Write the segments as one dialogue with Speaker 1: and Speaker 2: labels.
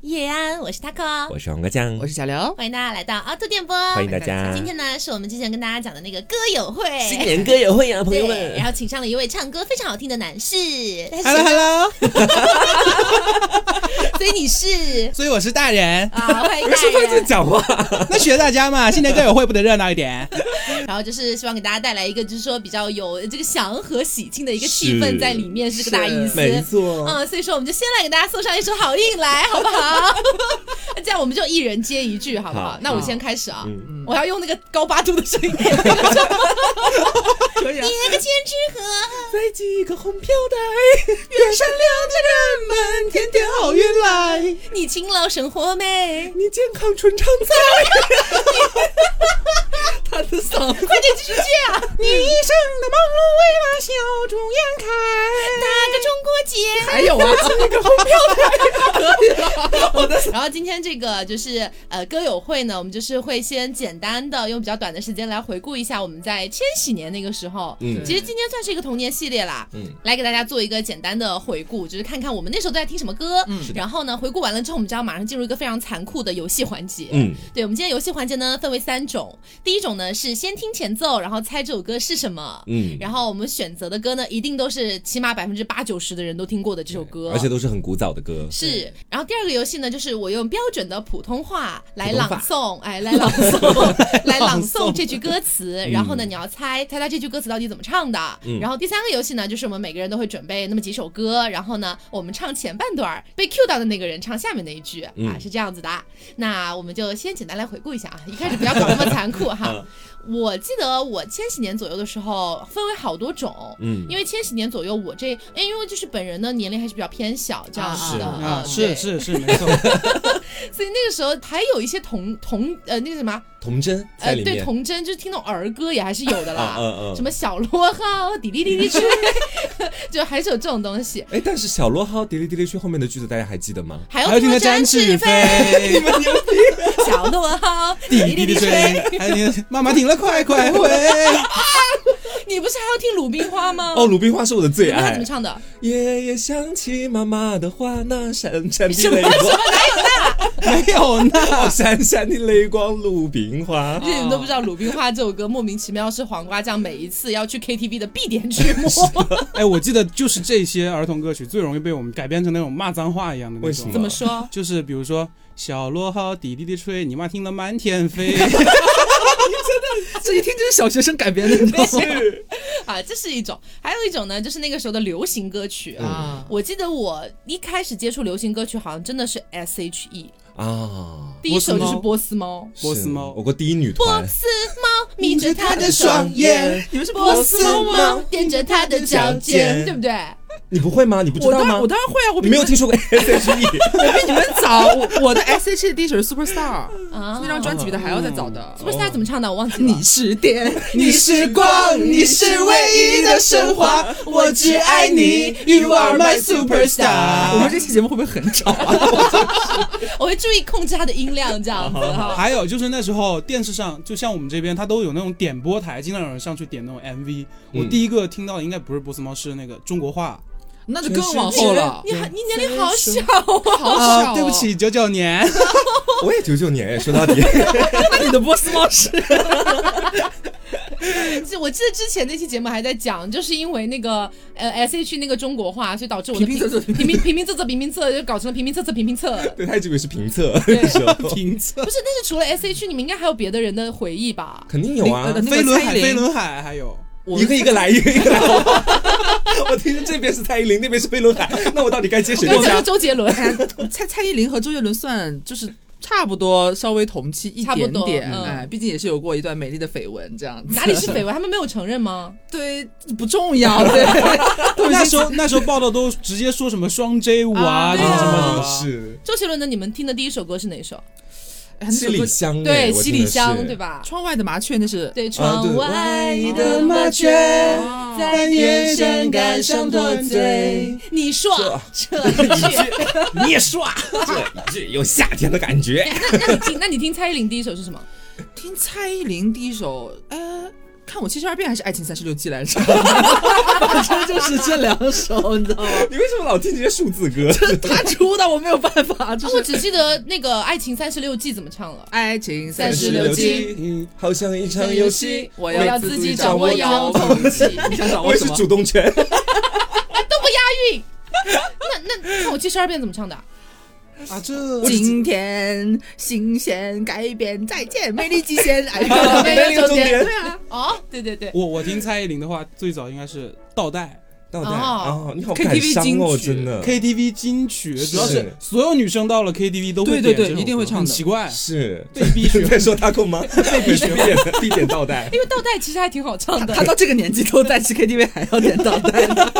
Speaker 1: 夜安，我是 taco，
Speaker 2: 我是黄瓜酱，
Speaker 3: 我是小刘，
Speaker 1: 欢迎大家来到凹凸电波，
Speaker 2: 欢迎大家。
Speaker 1: 今天呢，是我们之前跟大家讲的那个歌友会，
Speaker 2: 新年歌友会啊，朋友
Speaker 1: 对，
Speaker 2: 们。
Speaker 1: 然后请上了一位唱歌非常好听的男士
Speaker 3: Hello
Speaker 4: 啊
Speaker 3: Hello，
Speaker 1: 所以你 是，
Speaker 3: 所以我是大人
Speaker 1: 啊，欢迎
Speaker 2: 不是
Speaker 1: 大
Speaker 2: 会这
Speaker 1: 人
Speaker 2: 样。讲话，
Speaker 3: 那学大家嘛，新年歌友会不得热闹一点？
Speaker 1: 然后就是希望给大家带来一个，就是说比较有呃这个祥和喜庆的一个气氛
Speaker 2: 是
Speaker 1: 在里面，是这个大意思。
Speaker 2: 没错。
Speaker 1: 嗯，所以说我们就先来给大家送上一首好运来，好不好？ 那这样我们就一人接一句，好不好？
Speaker 2: 好
Speaker 1: 那我先开始啊，
Speaker 2: 嗯
Speaker 1: 我要用那个高八度的声音。 叠
Speaker 3: 可以啊，
Speaker 1: 个千纸鹤，
Speaker 3: 塞几个红飘带，远山亮着人们，天天好运来，你
Speaker 1: 你勤劳生活美。
Speaker 3: 健康纯常在，
Speaker 1: 他的嗓子，快点继续接 啊！
Speaker 3: 你一生的忙碌为了笑逐颜开。
Speaker 1: 打个中国结。
Speaker 3: 还有 啊，那个红飘带，啊
Speaker 1: 然后今天这个就是呃歌友会呢，我们就是会先简单的用比较短的时间来回顾一下我们在千禧年那个时候，
Speaker 2: 嗯
Speaker 1: 其实今天算是一个童年系列啦，
Speaker 2: 嗯，
Speaker 1: 来给大家做一个简单的回顾，就是看看我们那时候都在听什么歌，嗯
Speaker 2: 是，的
Speaker 1: 然后呢回顾完了之后，我们就要马上进入一个非常残酷的游戏环节，
Speaker 2: 嗯，
Speaker 1: 对，我们今天游戏环节呢分为三种，第一种呢是先听前奏，然后猜这首歌是什么。
Speaker 2: 嗯，
Speaker 1: 然后我们选择的歌呢，一定都是起码百分之八九十的人都听过的这首歌，
Speaker 2: 而且都是很古早的歌，
Speaker 1: 是，然后第二个游戏呢，就是我用标准的普通话来
Speaker 2: 普通
Speaker 1: 朗
Speaker 2: 话
Speaker 1: 诵，哎，来朗 诵，来朗诵这句歌词。然后呢，
Speaker 2: 嗯
Speaker 1: 你要猜猜它这句歌词到底怎么唱的。
Speaker 2: 嗯
Speaker 1: 然后第三个游戏呢，就是我们每个人都会准备那么几首歌，然后呢，我们唱前半段儿，被 cue 到的那个人唱下面那一句啊，
Speaker 2: 嗯
Speaker 1: 是这样子的。那我们就先简单来回顾一下啊，一开始不要搞那么 残酷哈。我记得我千禧年左右的时候分为好多种，
Speaker 2: 嗯，
Speaker 1: 因为千禧年左右，我这哎，因为就是本人呢年龄还是比较偏小这样子的，
Speaker 2: 啊
Speaker 1: 呃
Speaker 3: 啊，是，是 是，没错，
Speaker 1: 对所以那个时候还有一些童童呃那个什么
Speaker 2: 童真在
Speaker 1: 呃
Speaker 2: 里
Speaker 1: 对
Speaker 2: 面，
Speaker 1: 童真，就是听那种儿歌也还是有的 啦，
Speaker 2: 嗯嗯嗯
Speaker 1: 什么小螺号滴滴滴滴吹， 就还是有这种东西，
Speaker 2: 哎，但是小螺号迪丽迪丽去后面的句子大家还记得吗？
Speaker 1: 还有听过
Speaker 3: 着
Speaker 1: 展翅飞，
Speaker 3: 飞， 你们牛逼，
Speaker 1: 小螺号滴滴滴
Speaker 3: 滴
Speaker 1: 滴
Speaker 3: 滴
Speaker 1: 吹，
Speaker 3: 吹，还 有你妈妈停了，快快 回，
Speaker 1: 你不是还要听鲁冰花吗？
Speaker 2: 哦，鲁冰花是我的最
Speaker 1: 鲁冰花哎
Speaker 2: 爱
Speaker 1: 怎么。唱的？
Speaker 2: 夜夜想起妈妈的话，那闪闪
Speaker 1: 什
Speaker 2: 的
Speaker 1: 么
Speaker 2: 泪
Speaker 1: 什
Speaker 2: 光，
Speaker 1: 么哪有那？
Speaker 3: 没有呢。
Speaker 2: 哦闪闪的泪光，鲁冰花。
Speaker 1: 这你们都不知道《鲁冰花》这首歌莫名其妙是黄瓜酱每一次要 去 KTV 的必点曲目。
Speaker 4: 哎，我记得就是这些儿童歌曲最容易被我们改编成那种骂脏话一样的那
Speaker 2: 为什
Speaker 4: 种，
Speaker 2: 么
Speaker 1: 怎么说？
Speaker 4: 就是比如说“小螺号滴滴滴吹，你妈听了满天飞
Speaker 3: 这一听就是小学生改编的，你知道吗？
Speaker 1: 啊，这是一种，还有一种呢，就是那个时候的流行歌曲啊。
Speaker 3: 啊，
Speaker 1: 我记得我一开始接触流行歌曲，好像真的是 S H E，
Speaker 2: 啊，
Speaker 1: 第一首就是
Speaker 4: 波斯猫
Speaker 1: 波斯猫，
Speaker 4: 波斯猫
Speaker 2: 是我国第一女
Speaker 1: 波
Speaker 2: 团，
Speaker 1: 斯猫眯着它的
Speaker 2: 双
Speaker 1: 双
Speaker 2: 眼
Speaker 1: 眼，
Speaker 3: 你们是
Speaker 1: 波斯猫踮着它的脚尖，对不 对？
Speaker 2: 你不会吗？你不知
Speaker 3: 我
Speaker 2: 道
Speaker 3: 当
Speaker 2: 吗
Speaker 3: 然我？当然会啊，
Speaker 2: 你
Speaker 3: 我比
Speaker 2: 没
Speaker 3: 你
Speaker 2: 有
Speaker 3: 们
Speaker 2: 听说过 E？SHE？
Speaker 3: 我比你们早，我我的 S H E 的第一首是 Superstar，
Speaker 1: 啊，
Speaker 3: 那张专辑比他还要再早的。
Speaker 1: 不是他怎么唱的，我忘记了
Speaker 3: 你。是电，
Speaker 2: 你是光你是唯一的神话我只爱你，You are my superstar
Speaker 3: 我们这期节目会不会很吵啊？
Speaker 1: 我会注意控制它的音量，这样子”。哈。
Speaker 4: 还有就是那时候电视上，就像我们这边，它都有那种点播台，经常有人上去点那种 MV。我
Speaker 2: 嗯
Speaker 4: 第一个听到的应该不是波斯猫，是那个中国话。
Speaker 3: 那就更往后了。
Speaker 1: 你还你年龄好小，
Speaker 3: 好哦
Speaker 4: 啊，
Speaker 3: 小，
Speaker 4: 对不，起，九九年。
Speaker 2: 我也九九年，说到底，
Speaker 3: 那你的波斯猫是
Speaker 1: 这我记得之前那期节目还在讲，就是因为那个呃 S H 那个中国话，所以导致我的
Speaker 3: 平平仄仄
Speaker 1: 平平平平仄仄平平仄，就搞成了平平仄仄平平仄。
Speaker 2: 对他一直以为是评测， 那时候
Speaker 4: 评测
Speaker 1: 不。是，但是除了 S H，你们应该还有别的人的回忆吧？
Speaker 2: 肯定有啊
Speaker 3: 那，个
Speaker 4: 飞轮海，
Speaker 3: 蔡依林
Speaker 4: 飞轮海，还有
Speaker 2: 一个一个来，一个一个来。 好不好我听着这边是蔡依林，那边是飞轮海，那我到底该接谁
Speaker 1: 刚才
Speaker 2: 家
Speaker 1: 说？周杰伦，
Speaker 2: 哎
Speaker 3: 蔡蔡依林和周杰伦算就是。差不多，稍微同期一
Speaker 1: 差不
Speaker 3: 点
Speaker 1: 多
Speaker 3: 点，
Speaker 1: 嗯
Speaker 3: 哎，毕竟也是有过一段美丽的绯闻，这样子。
Speaker 1: 哪里是绯闻？他们没有承认吗？
Speaker 3: 对，不重要， 对，都已
Speaker 4: 那
Speaker 3: 经
Speaker 4: 时候那时候报道都直接说什么双 J 舞
Speaker 1: 啊
Speaker 4: 啊，
Speaker 1: 对
Speaker 4: 什么
Speaker 1: 啊
Speaker 4: 什么什么。
Speaker 2: 是
Speaker 1: 周杰伦的你们听的第一首歌是哪首？
Speaker 3: 哎
Speaker 2: 七里香哎，
Speaker 1: 对，
Speaker 2: 我
Speaker 1: 《七
Speaker 2: 真
Speaker 1: 里
Speaker 2: 的是
Speaker 1: 香》对？吧？
Speaker 3: 窗外的麻雀那是
Speaker 1: 对，
Speaker 2: 啊对
Speaker 1: 窗外的
Speaker 4: 的
Speaker 1: 麻
Speaker 4: 麻
Speaker 1: 雀
Speaker 4: 雀
Speaker 1: 在眼神感上多醉。你说啊这一句，
Speaker 2: 你也说啊， 这有夏天的感觉。
Speaker 1: 那那你听，那你听蔡依林第一首是什么？
Speaker 3: 听蔡依林第一首，呃，看我七十二变还是爱情三十六计来着？反正就是 这两首，你知道吗？
Speaker 2: 你为什么老听这些数字歌？
Speaker 3: 他出的我没有办法，就
Speaker 1: 啊我
Speaker 3: 是
Speaker 1: 只记得那个《爱情三十六计》怎么唱了。
Speaker 3: 哦爱情
Speaker 1: 三
Speaker 3: 三十
Speaker 1: 十
Speaker 3: 六
Speaker 1: 六
Speaker 3: 计。
Speaker 1: 计
Speaker 4: 嗯，
Speaker 2: 好像一场游戏，
Speaker 3: 我
Speaker 1: 我要
Speaker 3: 要
Speaker 1: 自
Speaker 3: 自
Speaker 1: 己
Speaker 3: 己
Speaker 1: 掌
Speaker 3: 掌
Speaker 1: 握
Speaker 3: 握
Speaker 1: 遥
Speaker 3: 遥
Speaker 1: 控
Speaker 3: 控
Speaker 1: 器
Speaker 3: 器。你想掌
Speaker 2: 我
Speaker 3: 握
Speaker 2: 也
Speaker 3: 什
Speaker 2: 是
Speaker 3: 么？
Speaker 2: 主动权。
Speaker 1: 都不押韵。那那看我七十二变怎么唱的？
Speaker 4: 啊，这
Speaker 3: 今天新鲜改变，再见，魅力极限，哎
Speaker 2: 啊
Speaker 3: 呀，
Speaker 2: 魅力有终点
Speaker 3: 对啊，
Speaker 1: 哦，对对对，
Speaker 4: 我我听蔡依林的话，最早应该是倒带
Speaker 2: 到底
Speaker 1: 哦
Speaker 2: 哦，你好感
Speaker 3: KTV
Speaker 2: 伤哦，
Speaker 3: 金曲
Speaker 2: 真的
Speaker 4: KTV 金曲，
Speaker 2: 是
Speaker 4: 主要是所有女生到了 KTV 都会
Speaker 3: 对对对
Speaker 4: 点这首歌
Speaker 3: 一定会唱的
Speaker 4: 很 奇怪，
Speaker 2: 是
Speaker 4: 被逼学
Speaker 2: 在说他够吗？被必须点必点倒带。
Speaker 1: 因为倒带其实还挺好唱的
Speaker 3: 他。到这个年纪都在去 KTV 还要点倒带呢，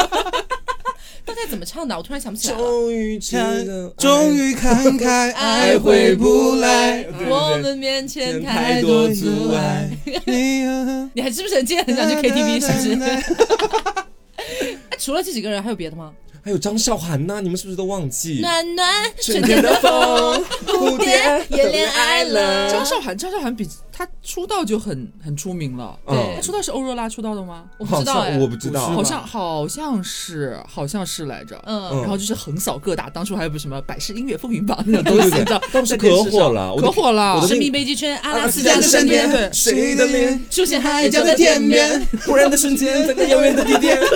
Speaker 1: 倒带怎么唱的？我突然想不起来了。
Speaker 2: 终于知
Speaker 4: 看
Speaker 2: 道，
Speaker 4: 终于 看开，爱
Speaker 1: 爱
Speaker 4: 回
Speaker 1: 回
Speaker 4: 不
Speaker 2: 不
Speaker 4: 来
Speaker 2: 来。
Speaker 1: 我们面前
Speaker 2: 太
Speaker 1: 太
Speaker 2: 多
Speaker 1: 多
Speaker 2: 阻
Speaker 1: 阻
Speaker 2: 碍
Speaker 1: 碍。
Speaker 4: 你
Speaker 1: 你还是不是很今天很想去 KTV？是不是？ 哎除了这几个人，还有别的吗？
Speaker 2: 哎还有张韶涵呐，你们是不是都忘记？
Speaker 1: 暖暖，
Speaker 2: 春
Speaker 1: 瞬
Speaker 2: 天
Speaker 1: 间
Speaker 2: 的
Speaker 1: 的
Speaker 2: 风
Speaker 1: 风，，
Speaker 2: 蝴蝶
Speaker 1: 也恋爱了
Speaker 3: 张韶涵，张韶涵比她出道就很很出名了。她
Speaker 2: 嗯
Speaker 1: 对
Speaker 3: 出道是欧若拉出道的吗？
Speaker 1: 我不
Speaker 2: 好
Speaker 1: 知道
Speaker 2: 像
Speaker 1: 哎。
Speaker 2: 我不知
Speaker 4: 不是
Speaker 2: 道
Speaker 3: 好
Speaker 4: 吧，
Speaker 3: 像好像是好像是来着，
Speaker 1: 嗯，
Speaker 3: 然后就是横扫各大，当初还有个什么百事音乐风云榜那种
Speaker 2: 对
Speaker 3: 东
Speaker 2: 对
Speaker 3: 西，
Speaker 2: 对
Speaker 3: 你知道，
Speaker 2: 当时
Speaker 3: 在电视
Speaker 2: 可火
Speaker 3: 上
Speaker 2: 了我的
Speaker 3: 可火
Speaker 2: 我
Speaker 3: 了
Speaker 2: 的。
Speaker 1: 神秘悲剧圈，阿拉斯
Speaker 3: 阿
Speaker 1: 加
Speaker 3: 拉
Speaker 1: 的
Speaker 3: 斯加
Speaker 1: 身
Speaker 3: 的
Speaker 1: 边
Speaker 3: 身边
Speaker 2: 谁的脸？
Speaker 1: 出现海
Speaker 2: 角
Speaker 1: 角
Speaker 2: 的
Speaker 1: 的
Speaker 2: 天
Speaker 1: 天
Speaker 2: 边
Speaker 1: 边，
Speaker 2: 忽然的瞬间，在那遥远的地点。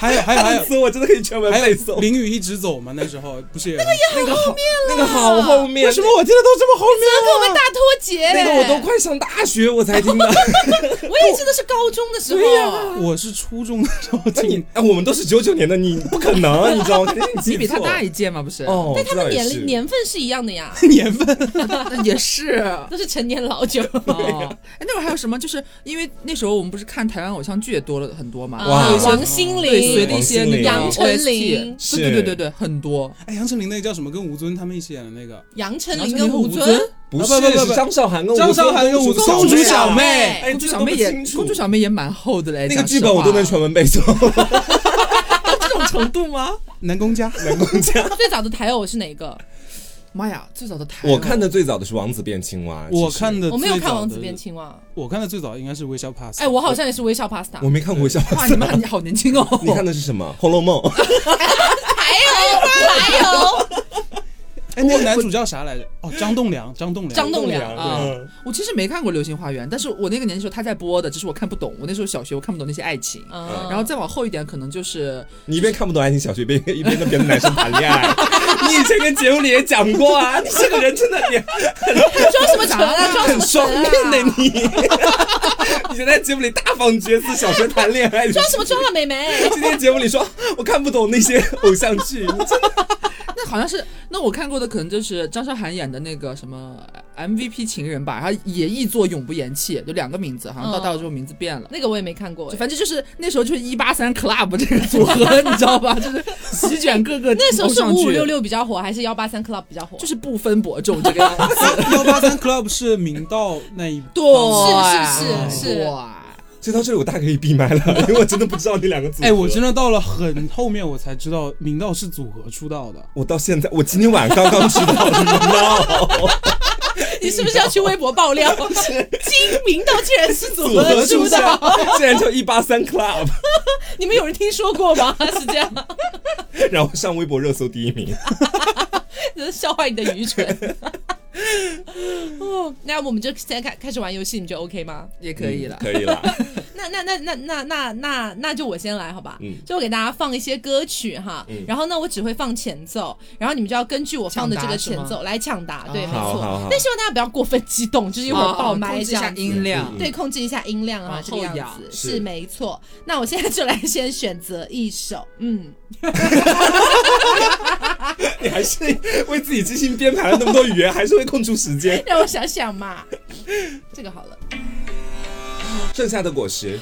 Speaker 4: 还有还有还有
Speaker 2: 所以我真的可以全文
Speaker 4: 还
Speaker 2: 背
Speaker 4: 有
Speaker 2: 诵。
Speaker 4: 淋雨一直走嘛，那 时候不是也
Speaker 2: 那 个好，那个好后面，
Speaker 4: 为什么我听的都这么后
Speaker 1: 跟我们
Speaker 4: 面啊？
Speaker 1: 大脱节。
Speaker 2: 那个我都快上大学我才听的。
Speaker 1: 我也记得是高中的时候。
Speaker 4: 我是初中的时候
Speaker 2: 那你
Speaker 4: 听，
Speaker 2: 哎，我们都是九九年的，你不可能，啊你知道吗？肯定你记
Speaker 3: 你比她
Speaker 2: 错
Speaker 3: 大一届嘛，不是？
Speaker 2: 哦，
Speaker 1: 但他们
Speaker 2: 知道也
Speaker 1: 年
Speaker 2: 是
Speaker 1: 龄年份是一样的呀，
Speaker 4: 年份
Speaker 3: 那 也是。
Speaker 1: 都是陈年老酒。
Speaker 3: 哦，哎，那会儿还有什么？就是因为那时候我们不是看台湾偶像剧也多了很多嘛，
Speaker 2: 哇
Speaker 1: 啊，王心
Speaker 3: 对，随
Speaker 1: 凌
Speaker 3: 着一些那个
Speaker 1: 杨丞琳
Speaker 3: OST 对对对对对，很多。
Speaker 4: 哎，杨丞琳那个叫什么？跟吴尊他们一起演的那个，
Speaker 1: 杨丞
Speaker 3: 杨
Speaker 1: 琳跟
Speaker 3: 丞琳和
Speaker 1: 吴
Speaker 3: 吴
Speaker 1: 尊，
Speaker 3: 尊
Speaker 2: 不
Speaker 4: 啊不
Speaker 2: 是
Speaker 4: 不不
Speaker 2: 是张韶涵跟
Speaker 4: 张韶涵跟
Speaker 2: 吴
Speaker 4: 吴
Speaker 2: 尊
Speaker 4: 公
Speaker 2: 公
Speaker 4: 主
Speaker 2: 主
Speaker 4: 小
Speaker 1: 妹
Speaker 2: 哎，
Speaker 3: 公主
Speaker 2: 这个
Speaker 3: 小
Speaker 2: 都
Speaker 3: 妹
Speaker 2: 不
Speaker 3: 也
Speaker 2: 清，楚
Speaker 3: 公主小妹也蛮厚的嘞。
Speaker 2: 那个
Speaker 3: 讲
Speaker 2: 剧
Speaker 3: 实
Speaker 2: 本我都
Speaker 3: 话
Speaker 2: 能全文背诵，
Speaker 3: 到这种程度吗？
Speaker 4: 南宫家。
Speaker 2: 能够这样。
Speaker 1: 最早的台偶是哪个？
Speaker 3: 妈呀，最早的台
Speaker 2: 我看的最早的是《王子变青蛙》，其实
Speaker 4: 我看的
Speaker 1: 我没有
Speaker 4: 最
Speaker 1: 看《
Speaker 4: 早
Speaker 1: 王子
Speaker 4: 的
Speaker 1: 变青蛙
Speaker 4: 我看的最早应该是微笑 pass。》。
Speaker 1: 哎，我好像也是微笑
Speaker 2: 我
Speaker 1: Pasta。
Speaker 2: 没看过《笑。
Speaker 3: 哇，你们很好年轻哦
Speaker 2: 你看的是什么？《红楼梦》
Speaker 1: 还有
Speaker 4: 哎，那个男主叫啥来着？哦，张栋梁，张栋梁。
Speaker 1: 张栋梁
Speaker 2: 梁
Speaker 3: 啊
Speaker 2: 对
Speaker 3: 我其实没看过《流星花园》，但是我那个年纪的时候他在播的，只是我看不懂。我那时候小学，我看不懂那些爱情。
Speaker 1: 啊，
Speaker 3: 然后再往后一点，可能就是
Speaker 2: 你一边看不懂爱情小学，一边一边跟别的男生谈恋 爱。你以前跟节目里也哎讲过啊，你这个人真的你
Speaker 1: 装什么纯 啊？装什
Speaker 2: 很
Speaker 1: 么
Speaker 2: 双
Speaker 1: 纯
Speaker 2: 面
Speaker 1: 啊？
Speaker 2: 的你。 以前在节目里大放厥词，小学谈恋爱。
Speaker 1: 装什么装啊，美眉？
Speaker 2: 今天节目里说我看不懂那些偶像剧，你这
Speaker 3: 那好像是那我看过的，可能就是张韶涵演的那个什么 MVP 情人吧，然后也译作永不言弃，就两个名字，好像到
Speaker 1: 嗯
Speaker 3: 大陆之后名字变了。
Speaker 1: 那个我也没看过
Speaker 3: 就
Speaker 1: 哎。
Speaker 3: 反正就是那时候就是一八三 club 这个组 合，你知道吧？就是席卷各个
Speaker 1: 那时候是
Speaker 3: 偶像
Speaker 1: 五
Speaker 3: 剧
Speaker 1: 五六，六比较火，还是幺八三 club 比较火？
Speaker 3: 就是不分伯仲这个样 子。
Speaker 4: 幺八三 club 是明道那一
Speaker 1: 对是是是是
Speaker 3: 哇
Speaker 2: 就到这里，我大可以闭麦 了，因为我真的不知道那两个组合。
Speaker 4: 哎，我真的到了很后面我才知道明道是组合出道的。
Speaker 2: 我到现在，我今天晚上刚刚知道的，no，
Speaker 1: 你是不是要去微博爆 料？金明道竟然是组
Speaker 2: 组合
Speaker 1: 合
Speaker 2: 出
Speaker 1: 出
Speaker 2: 现
Speaker 1: 道，，
Speaker 2: 竟然叫一八三 club，
Speaker 1: 你们有人听说过 吗？是这样，
Speaker 2: 然后上微博热搜第一名。
Speaker 1: 笑话你的愚 蠢。哦，那我们就现在开开始玩游戏，你觉得 OK 吗？
Speaker 3: 也可以了。
Speaker 2: 嗯可以了。
Speaker 1: 那那那那那那那那就我先来好吧，
Speaker 2: 嗯
Speaker 1: 就我给大家放一些歌曲哈，
Speaker 2: 嗯
Speaker 1: 然后呢我只会放前奏，然后你们就要根据我放的这个前奏来抢答，对，没
Speaker 2: 哦好好好
Speaker 1: 错。但希望大家不要过分激动，就是一会儿爆
Speaker 3: 哦
Speaker 1: 麦
Speaker 3: 控制
Speaker 1: 这
Speaker 3: 一下
Speaker 1: 样子。
Speaker 3: 音量
Speaker 2: 嗯。
Speaker 1: 对，控制一下音量啊
Speaker 3: 往，
Speaker 1: 这个
Speaker 3: 后
Speaker 1: 样
Speaker 3: 仰
Speaker 1: 子
Speaker 2: 是
Speaker 1: 是没错。那我现在就来先选择一首，嗯，
Speaker 2: 你还是为自己精心编排了那么多语言，还是会空出时间。
Speaker 1: 让我想想嘛，这个好了，
Speaker 2: 剩下的果实，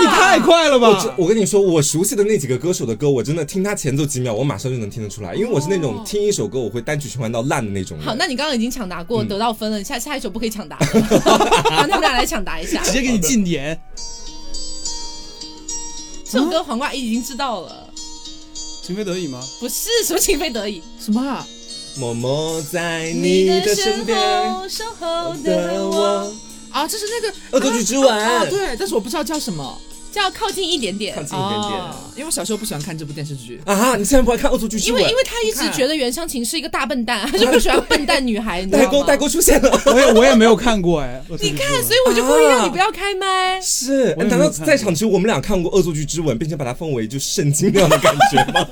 Speaker 4: 你太快了
Speaker 2: 我这
Speaker 4: 吧！
Speaker 2: 我跟你说，我熟悉的那几个歌手的歌，我真的听他前奏几秒，我马上就能听得出来，因为我是那种听一首歌我会单曲循环到烂哦的那种人。
Speaker 1: 好，那你刚刚已经抢答过，
Speaker 2: 嗯
Speaker 1: 得到分了，下下一首不可以抢答了， 让他们俩来抢答一 下。
Speaker 4: 直接给你禁言。
Speaker 1: 这首歌黄瓜一已经知道了，
Speaker 4: 情非得已吗？
Speaker 1: 不是什么情非得已，
Speaker 3: 什么啊？
Speaker 2: 默默在你的身边
Speaker 1: 守候
Speaker 2: 的我，，
Speaker 3: 啊，就是那个
Speaker 2: 恶作剧之吻
Speaker 3: 啊，对，但是我不知道叫什么，
Speaker 1: 叫靠近一点点
Speaker 2: 靠。近一点点
Speaker 3: 哦，因为我小时候不喜欢看这部电视剧。
Speaker 2: 啊哈！你现在不爱看恶作剧之
Speaker 1: 因为
Speaker 2: 吻？
Speaker 1: 因为他一直觉得袁湘琴是一个大笨蛋，他就不喜欢笨蛋女孩，你知道
Speaker 2: 代
Speaker 1: 吗？
Speaker 2: 沟代沟出现了，
Speaker 4: 我也我也没有看过哎，
Speaker 1: 你看，所
Speaker 4: 以
Speaker 1: 以我就故意让你不要开 麦。
Speaker 2: 是？
Speaker 4: 我也没有
Speaker 2: 哎难道
Speaker 4: 看
Speaker 2: 在场只有我们俩看过恶作剧之吻，并且把它奉为就圣经那样的感觉 吗？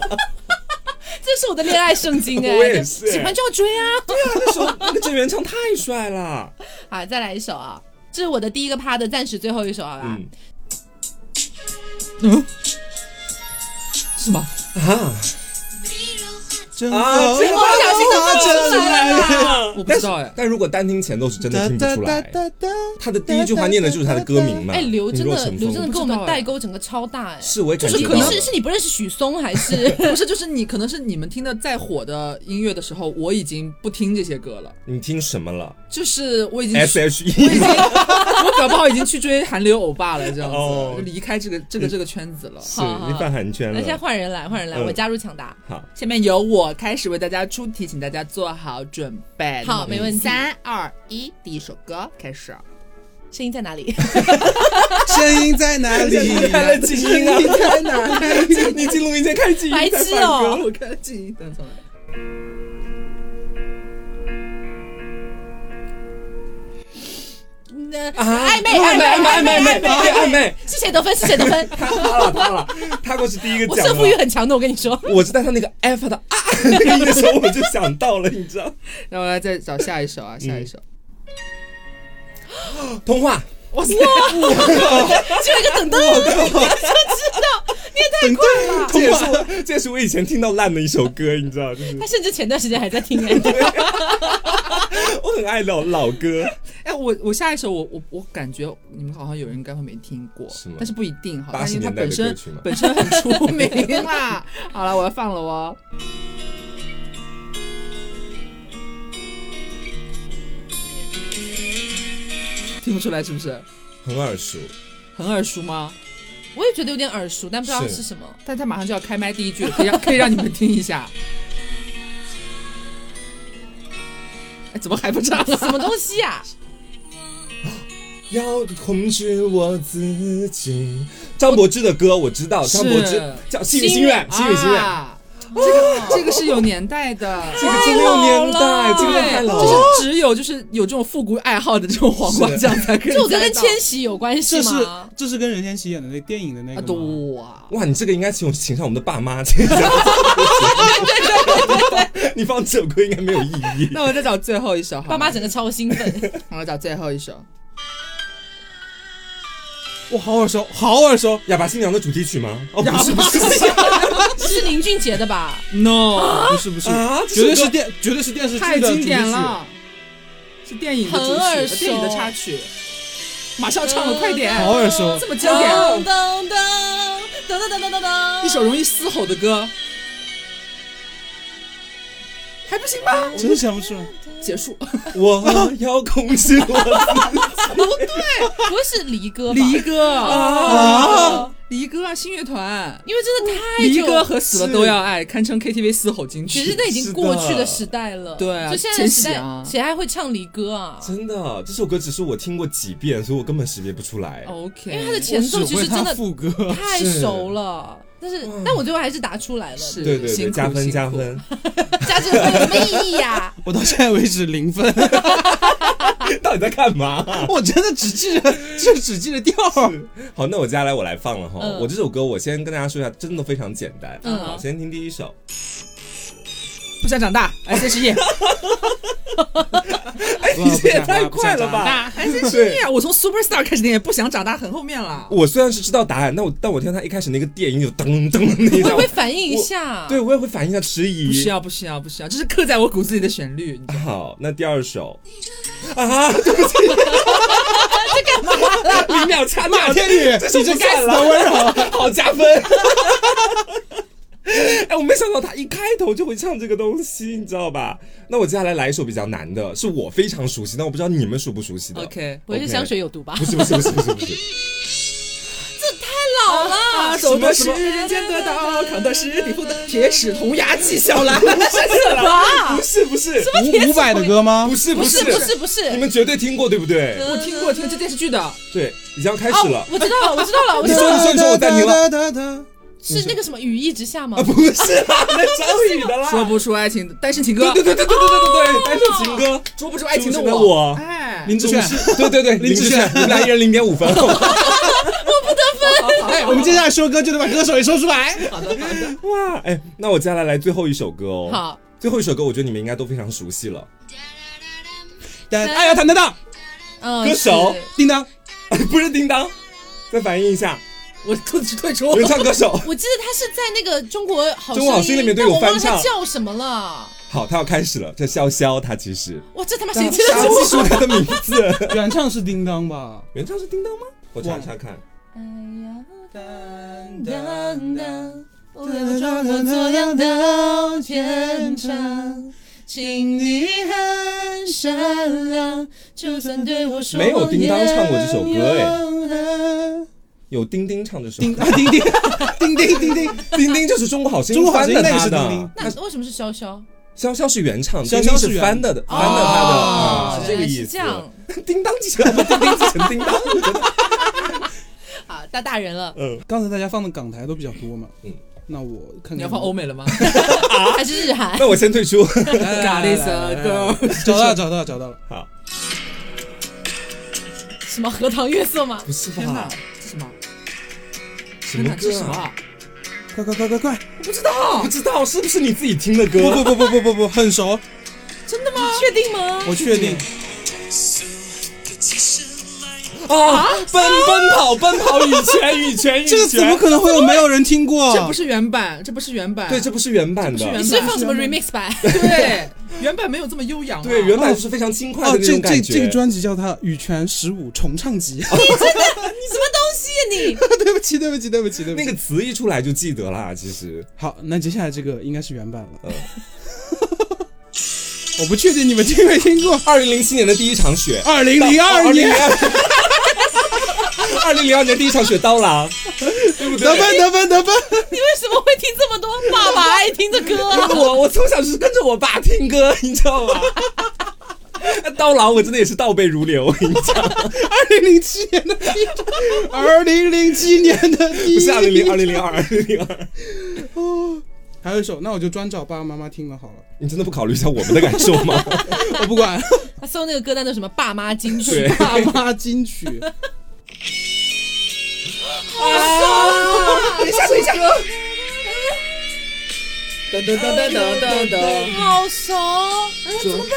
Speaker 1: 这是我的恋爱圣经哎，
Speaker 2: 我也是
Speaker 1: 喜欢就要追啊！
Speaker 2: 那时候那个郑元畅太帅 了，
Speaker 1: 好，再来一首啊，这是我的第一个趴的，暂时最后一首，好吧？
Speaker 2: 嗯
Speaker 3: 嗯，是吗？
Speaker 2: 啊
Speaker 4: 真
Speaker 2: 啊！这个
Speaker 4: 的
Speaker 1: 我不小心
Speaker 2: 啊
Speaker 1: 怎么
Speaker 2: 真
Speaker 1: 出来了
Speaker 2: 的
Speaker 3: 我不
Speaker 2: 但
Speaker 3: 知
Speaker 2: 是
Speaker 3: 道 哎，
Speaker 2: 但如果单听前奏是真的听不出来。
Speaker 4: 哒，
Speaker 2: 他的第一句话念的就是他的歌名嘛。
Speaker 1: 哎，刘真
Speaker 2: 品若
Speaker 1: 的，
Speaker 2: 尘
Speaker 1: 刘真的
Speaker 2: 封。
Speaker 1: 跟我们
Speaker 3: 不知道哎
Speaker 1: 代沟整个超大哎，
Speaker 2: 是我也
Speaker 1: 就
Speaker 2: 感
Speaker 1: 是
Speaker 2: 觉
Speaker 1: 你
Speaker 2: 到，
Speaker 1: 是是你不认识许嵩还 是？
Speaker 3: 不是，就是你可能是你们听的再火的音乐的时候，我已经不听这些歌了，
Speaker 2: 你听什么了
Speaker 3: 就是我已经
Speaker 2: ？S
Speaker 3: 去
Speaker 2: H E
Speaker 3: 我搞不好已经去 追韩流欧巴了，这样子，
Speaker 2: 哦
Speaker 3: 就离开这个这个这个圈子了。
Speaker 2: 是
Speaker 1: 好好
Speaker 2: 你饭喊 圈
Speaker 1: 那现在
Speaker 2: 了。
Speaker 1: 换人来，换人来，
Speaker 2: 嗯
Speaker 1: 我加入抢答。
Speaker 2: 好，
Speaker 3: 下面由我开始为大家出题，请大家做好准备。
Speaker 2: 嗯
Speaker 1: 好
Speaker 3: 那么
Speaker 1: 没问题
Speaker 3: 三二一，第一首歌开始。
Speaker 1: 声音在哪里？
Speaker 4: 声音在哪里？
Speaker 2: 开了静音啊！
Speaker 3: 在哪？
Speaker 2: 你进录音间开静音
Speaker 1: 白
Speaker 2: 再
Speaker 1: 痴
Speaker 2: 放
Speaker 1: 哦
Speaker 2: 歌。
Speaker 3: 我看静音等重来。
Speaker 1: 那
Speaker 2: 啊
Speaker 1: 呃暧昧
Speaker 2: 暧
Speaker 1: 暧
Speaker 2: 昧
Speaker 1: 昧
Speaker 2: 暧
Speaker 1: 暧昧
Speaker 2: 昧暧昧
Speaker 1: 暧昧
Speaker 2: 对暧昧，
Speaker 1: 是谁得分？是谁得 分？
Speaker 2: 他了他了，他过是第一个
Speaker 1: 我
Speaker 2: 讲
Speaker 1: 胜负欲
Speaker 2: 的。
Speaker 1: 很强的，我跟你 说。
Speaker 2: 我是在他那个 F 的啊那个时候我就想到了，你知道？
Speaker 3: 让我来再找下一首
Speaker 2: 嗯
Speaker 3: 啊，下一首。
Speaker 2: 通话，
Speaker 3: 哇塞！
Speaker 1: 就一个等等，我就知道你也太快了吧。
Speaker 2: 这也是 我这也是我以前听到烂的一首歌，你知道？就是
Speaker 1: 他甚至前段时间还在听哎，
Speaker 2: 我很爱老老歌，
Speaker 3: 哎，我我下一首我我我感觉你们好像有人应该会没听过，
Speaker 2: 是吗
Speaker 3: 但是不一定哈，但
Speaker 2: 80
Speaker 3: 是它
Speaker 2: 年代
Speaker 3: 本
Speaker 2: 的歌
Speaker 3: 身
Speaker 2: 曲嘛
Speaker 3: 本身很出名啦。 好了，我要放了哦。听不出来是不是？
Speaker 2: 很耳熟。
Speaker 3: 很耳熟吗？
Speaker 1: 我也觉得有点耳熟，但不知道
Speaker 2: 是
Speaker 1: 是什么。
Speaker 3: 但他马上就要开麦第一句了，可 以让可以让你们听一下。哎，怎么还不唱啊？
Speaker 1: 什么东西 呀、
Speaker 2: 要控制我自己。张柏芝的歌我知道，
Speaker 3: 是
Speaker 2: 张柏芝叫《心与心 愿》，《心与心愿》
Speaker 3: 啊这
Speaker 4: 哦
Speaker 3: 个这个是有年代的，
Speaker 2: 这个真的有年代，
Speaker 1: 太老了
Speaker 2: 这个太老了。
Speaker 3: 就是只有就是有这种复古爱好的这种黄瓜酱才可以猜
Speaker 1: 这
Speaker 3: 到。
Speaker 1: 首歌跟千玺有关系
Speaker 4: 这是
Speaker 1: 吗？
Speaker 4: 这是跟任贤齐演的那电影的那
Speaker 3: 啊，
Speaker 4: 个
Speaker 3: 对
Speaker 4: 吗，
Speaker 3: 啊，
Speaker 2: 哇，你这个应该请请上我们的爸妈，这个你放这首歌应该没有意义。
Speaker 3: 那我再找最后一首好吗，
Speaker 1: 爸妈整个超兴 奋，
Speaker 3: 我找最后一首，
Speaker 4: 我好耳熟，好耳熟。
Speaker 2: 哑巴新娘的主题曲吗？哦，不是不是
Speaker 1: 是林俊杰的吧？
Speaker 3: No，
Speaker 4: 不是不是，
Speaker 2: 啊，
Speaker 4: 绝对
Speaker 2: 这首
Speaker 4: 是
Speaker 2: 歌
Speaker 4: 电，绝对是电视
Speaker 3: 太
Speaker 4: 剧的主
Speaker 3: 经
Speaker 4: 题曲。
Speaker 3: 典了，是电影的主
Speaker 1: 很耳
Speaker 3: 曲，
Speaker 1: 熟
Speaker 3: 电影的插曲，马上唱了，快点，
Speaker 4: 好耳熟
Speaker 1: 哦
Speaker 3: 这么经典，
Speaker 1: 噔噔噔噔噔噔噔噔，
Speaker 3: 一首容易嘶吼的歌，还不行吗？
Speaker 4: 真想不出来。
Speaker 3: 结束，
Speaker 2: 我 要控制我。
Speaker 1: 不对，不是离歌吧？哦
Speaker 3: 离歌啊
Speaker 4: 啊，
Speaker 3: 离歌啊，新乐团。
Speaker 1: 因为真的太
Speaker 3: 离
Speaker 1: 久
Speaker 3: 歌和死了都要爱，堪称 KTV 嘶吼金
Speaker 1: 其
Speaker 3: 曲
Speaker 1: 实。那已经过去的时代了，
Speaker 3: 是的对啊
Speaker 1: 就现在的时代，
Speaker 3: 千玺啊
Speaker 1: 谁还会唱离歌啊？
Speaker 2: 真的，这首歌只是我听过几遍，所以我根本识别不出来。
Speaker 3: OK，
Speaker 1: 因为它的前奏其
Speaker 4: 我
Speaker 1: 实
Speaker 4: 只会
Speaker 1: 真
Speaker 4: 他
Speaker 1: 的
Speaker 4: 副歌，
Speaker 1: 太
Speaker 2: 是嗯
Speaker 1: 熟了，但是但我最后还是答出来了，
Speaker 3: 是
Speaker 2: 对对
Speaker 3: 辛
Speaker 2: 对，
Speaker 3: 苦
Speaker 2: 加分
Speaker 3: 辛苦
Speaker 2: 加分，
Speaker 1: 加这个分有什么意义啊呀、
Speaker 4: 我到现在为止零分。
Speaker 2: 到底在干嘛？
Speaker 4: 我真的只记着，就只记着调儿。
Speaker 2: 好，那我接下来我来放了哈。
Speaker 1: 嗯
Speaker 2: 我这首歌我先跟大家说一下，真的非常简单。
Speaker 1: 嗯
Speaker 2: 好，先听第一首。
Speaker 3: 不想长大 ，S H E，
Speaker 2: 哎，你这也太快了
Speaker 4: 不想长
Speaker 2: 吧！
Speaker 3: S H
Speaker 2: 对
Speaker 3: E，我从 Superstar 开始听，不想长大很后面了。
Speaker 2: 我虽然是知道答案，但我但我听到他一开始那个电音就噔噔
Speaker 1: 我
Speaker 2: 的那
Speaker 1: 也
Speaker 2: 种
Speaker 1: 会，反应一下，
Speaker 2: 对我也会反应一下迟
Speaker 3: 不需
Speaker 2: 疑。
Speaker 3: 要，不需要，不需要，这是刻在我骨子里的旋律。
Speaker 2: 好，那第二首啊，对不起，这干嘛？一秒掐掉
Speaker 4: 马天宇
Speaker 2: 这是
Speaker 4: 你这
Speaker 2: 不算
Speaker 4: 该死
Speaker 2: 了
Speaker 4: 的温柔，
Speaker 2: 好加分。 哎，我没想到他一开头就会唱这个东西，你知道吧？那我接下来来一首比较难的，是我非常熟悉，但我不知道你们熟不熟悉的。
Speaker 3: OK，
Speaker 1: 我是香水有毒吧？
Speaker 2: 不是不是不是不是不是，
Speaker 1: 这太老了，
Speaker 3: 啊，他走的是人间得道，扛的是地府的铁齿铜牙纪晓 岚。什
Speaker 2: 不是不是
Speaker 4: 伍伍佰的歌吗
Speaker 2: 啊不？是
Speaker 1: 不
Speaker 2: 是
Speaker 1: 是不是不是，
Speaker 2: 你们绝对听过对不对？
Speaker 3: 我听过，听过这电视剧的，
Speaker 2: 对，已经要开
Speaker 1: 哦
Speaker 2: 始了，。
Speaker 1: 我知道了，我知道了，我
Speaker 2: 你
Speaker 1: 知
Speaker 2: 说
Speaker 1: 道
Speaker 2: 你
Speaker 1: 了，
Speaker 2: 说你说我暂停了
Speaker 4: 了。
Speaker 1: 是那个什么羽翼之下吗
Speaker 2: 啊，？不是啊，那张宇的啦。
Speaker 3: 说不出爱情，单身情歌
Speaker 2: 对，对对对对对对对对，单身情歌，
Speaker 3: 说不出爱情的
Speaker 2: 说不出的我
Speaker 3: 哎，
Speaker 4: 林志炫，
Speaker 2: 对对对，林志炫，你们俩一人零点五分。
Speaker 3: 哎，
Speaker 4: 我们接下来说歌就得把歌手也说出来。
Speaker 3: 好的，好的，
Speaker 2: 哇，哎，那我接下来来最后一首歌哦。，
Speaker 1: 好，
Speaker 2: 最后一首歌，我觉得你们应该都非常熟悉了。
Speaker 4: 但爱要坦坦荡，
Speaker 1: 嗯，
Speaker 2: 歌手
Speaker 1: 是
Speaker 4: 叮当，
Speaker 2: 不是叮当，再反应一下，
Speaker 3: 我退退出。
Speaker 2: 原唱歌手。
Speaker 1: 我记得他是在那个中国好
Speaker 2: 中国好声音里面对
Speaker 1: 但
Speaker 2: 有
Speaker 1: 我忘了
Speaker 2: 翻唱
Speaker 1: 他叫什么了。
Speaker 2: 好，他要开始了，这潇潇，他其实
Speaker 1: 哇，这他妈
Speaker 2: 大
Speaker 1: 谁
Speaker 2: 家
Speaker 1: 记得住？
Speaker 2: 记住他的名字。
Speaker 4: 原唱是叮当吧？
Speaker 2: 原唱是叮当吗？我查一查看。
Speaker 1: 哎呀，
Speaker 4: 当
Speaker 1: 当当，我要装模作样到天长。请你很善良，就算对我说
Speaker 2: 没有叮当唱过这首歌哎
Speaker 1: 哎。
Speaker 2: 有丁丁唱这首，
Speaker 4: 叮啊叮叮叮叮叮叮，
Speaker 2: 丁丁就是中国好声音
Speaker 4: 中国好
Speaker 2: 翻
Speaker 4: 声音
Speaker 2: 的
Speaker 4: 那个
Speaker 2: 他
Speaker 4: 是
Speaker 2: 的
Speaker 4: 丁丁，
Speaker 2: 他
Speaker 1: 那为什么是潇潇？
Speaker 2: 潇潇是原唱，
Speaker 4: 潇潇
Speaker 2: 丁丁
Speaker 4: 是
Speaker 2: 是
Speaker 4: 原
Speaker 2: 翻的的，翻的他的，
Speaker 1: 哦
Speaker 2: 啊，是这
Speaker 1: 原
Speaker 2: 个
Speaker 1: 来
Speaker 2: 意
Speaker 1: 是这
Speaker 2: 思
Speaker 1: 样。。
Speaker 2: 叮当继承，不叮叮继承叮当， 我觉得
Speaker 1: 好，大大人了，
Speaker 2: 嗯，
Speaker 4: 刚才大家放的港台都比较多嘛，
Speaker 2: 嗯
Speaker 4: 嗯，那我看看
Speaker 3: 你要放欧美了吗？
Speaker 2: 啊
Speaker 1: 还是日韩？
Speaker 2: 那我先退出。
Speaker 4: 来来来来来来来找到了找到了找到了，
Speaker 2: 好，
Speaker 1: 什么荷塘月色 吗？
Speaker 2: 不是
Speaker 3: 天哪
Speaker 2: 吧？，
Speaker 3: 这什么？
Speaker 2: 什
Speaker 3: 天
Speaker 2: 么
Speaker 3: 哪，这
Speaker 2: 歌
Speaker 3: 什么
Speaker 2: 啊？
Speaker 3: 啊？
Speaker 4: 快快快快快！
Speaker 3: 不知道
Speaker 2: 不，知道是不是你自己听的
Speaker 4: 不
Speaker 2: 歌？
Speaker 4: 不不不不不不，很熟，
Speaker 1: 真的吗？确定吗？
Speaker 4: 我确定。
Speaker 2: 啊， 奔奔跑奔跑羽泉羽泉羽
Speaker 4: 这个怎么可能会有没有人听过？
Speaker 3: 这不是原版，这不是原版。
Speaker 2: 对，这不是原版
Speaker 3: 这不是
Speaker 2: 的
Speaker 1: 你。是放什么 remix 版？
Speaker 3: 对，原版没有这么悠扬啊。
Speaker 2: 对，原版就是非常轻快
Speaker 4: 哦
Speaker 2: 的，那
Speaker 4: 这
Speaker 2: 种
Speaker 4: 这
Speaker 2: 感觉。
Speaker 4: 这个专辑叫它《羽泉十五重 唱集》。
Speaker 1: 什么东西啊呀、
Speaker 4: 对不起，对不起，对不起，对不
Speaker 2: 那
Speaker 4: 起
Speaker 2: 个。词一出来就记得啦，其实
Speaker 4: 好，那接下来这个应该是原版了。
Speaker 2: 嗯
Speaker 4: 我不确定你们听没听过。
Speaker 2: 二零零七年的第一场雪，
Speaker 4: 二零零二年，
Speaker 2: 二零零二年第一场雪刀郎， 对不
Speaker 4: 得
Speaker 2: 对？
Speaker 4: 分得分得分，
Speaker 1: 你？你为什么会听这么多爸爸爱听的歌啊？
Speaker 2: 我我从小就是跟着我爸听歌，你知道吗？刀郎我真的也是倒背如流，我跟你讲，
Speaker 4: 二零零七年的第一场，二零零七年的第一
Speaker 2: 不是二零零二零零二二零零二，
Speaker 4: 哦。还有一首，那我就专找爸爸妈妈听了好了，
Speaker 2: 你真的不考虑一下我们的感受吗？
Speaker 4: 我 不管。
Speaker 1: 他搜那个歌单的什么爸妈金曲
Speaker 2: 对，
Speaker 4: 爸妈金曲，
Speaker 2: 啊！等一下，等一下，
Speaker 3: 噔噔噔噔噔噔噔。
Speaker 1: 好啊熟。
Speaker 3: 哎怎么办？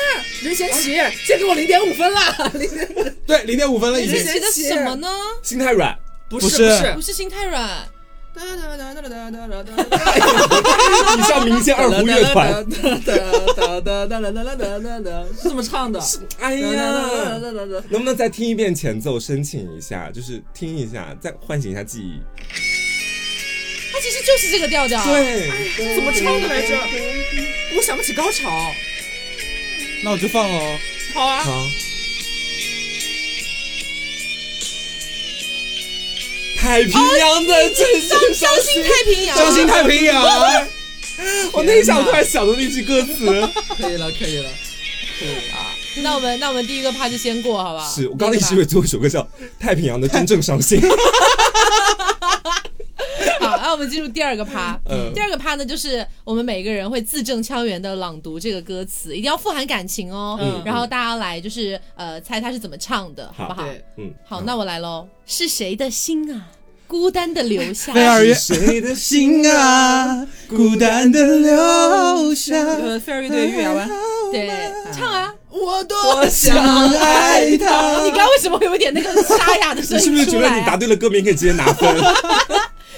Speaker 3: 任贤齐，先给我零点五分啦！零点
Speaker 4: 对，零点五分了已
Speaker 1: 这
Speaker 4: 经。
Speaker 1: 写的什么呢？
Speaker 2: 心太软，
Speaker 3: 不
Speaker 4: 不
Speaker 3: 是
Speaker 4: 是
Speaker 3: 不
Speaker 1: 不 是心太软，
Speaker 3: 是，
Speaker 2: 你像民间 二胡乐团，
Speaker 3: 是这么唱的。
Speaker 2: 哎呀，能不能再听一遍前奏，申请一下，就是听一下，再唤醒一下记忆。
Speaker 1: 它其实就是这个调调。，
Speaker 2: 对，
Speaker 3: 怎么唱的来着？我想不起高潮。
Speaker 4: 那我就放了哦。
Speaker 3: 好啊，
Speaker 2: 好。太平洋的真是
Speaker 1: 伤心太平洋。
Speaker 2: 伤心太平洋。 我那一下我突然想到那句歌词，
Speaker 3: 可以了，可以啊了。
Speaker 1: 那我们那我们第一个趴就先过，好不好？
Speaker 2: 是我刚刚一直以为最后一首歌叫《太平洋的真正伤 心》。
Speaker 1: 好，那我们进入第二个趴。
Speaker 2: 嗯
Speaker 1: 第二个趴呢，就是我们每个人会字正腔圆的朗读这个歌词，一定要富含感情哦。
Speaker 2: 嗯
Speaker 1: 然后大家来就是呃猜它是怎么唱的，好不好？
Speaker 3: 对，
Speaker 2: 嗯，
Speaker 1: 好，那我来喽。是谁的心啊，孤单的留 下？
Speaker 4: 菲尔
Speaker 2: 是
Speaker 4: 月
Speaker 2: 谁的
Speaker 4: 心 啊，孤单的流下。
Speaker 3: 呃，飞儿乐队《月牙湾》，
Speaker 1: 对，唱啊！
Speaker 3: 我多
Speaker 4: 想爱他
Speaker 1: 你。刚刚为什么有一点那个沙哑的声音
Speaker 2: 你是不是觉
Speaker 1: 出
Speaker 2: 得
Speaker 1: 来
Speaker 2: 你答
Speaker 1: 啊？
Speaker 2: 对了歌名可以直接拿 分？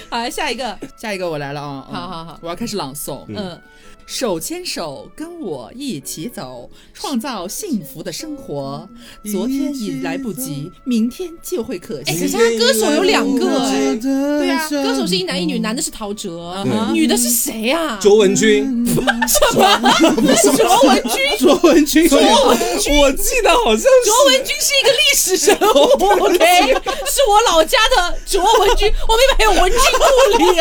Speaker 1: 好，下一个，
Speaker 3: 下一个我来了啊！
Speaker 1: 好好好
Speaker 3: 我要开始朗诵。
Speaker 1: 嗯，
Speaker 3: 手牵手跟我一起走，创造幸福的生活。昨天已来不及，明天就会可
Speaker 1: 哎可
Speaker 3: 惜
Speaker 1: 是。他歌手有两个哎
Speaker 4: 对
Speaker 1: 对啊，歌手是一男一女，男的是陶喆，
Speaker 3: 对
Speaker 1: 女的是谁啊？
Speaker 2: 嗯卓文君，
Speaker 1: 卓文君，
Speaker 4: 卓文君，
Speaker 2: 我记得好像是
Speaker 1: 卓文君是一个历史人物，OK，是我老家的卓文君，我们那边还有文君故里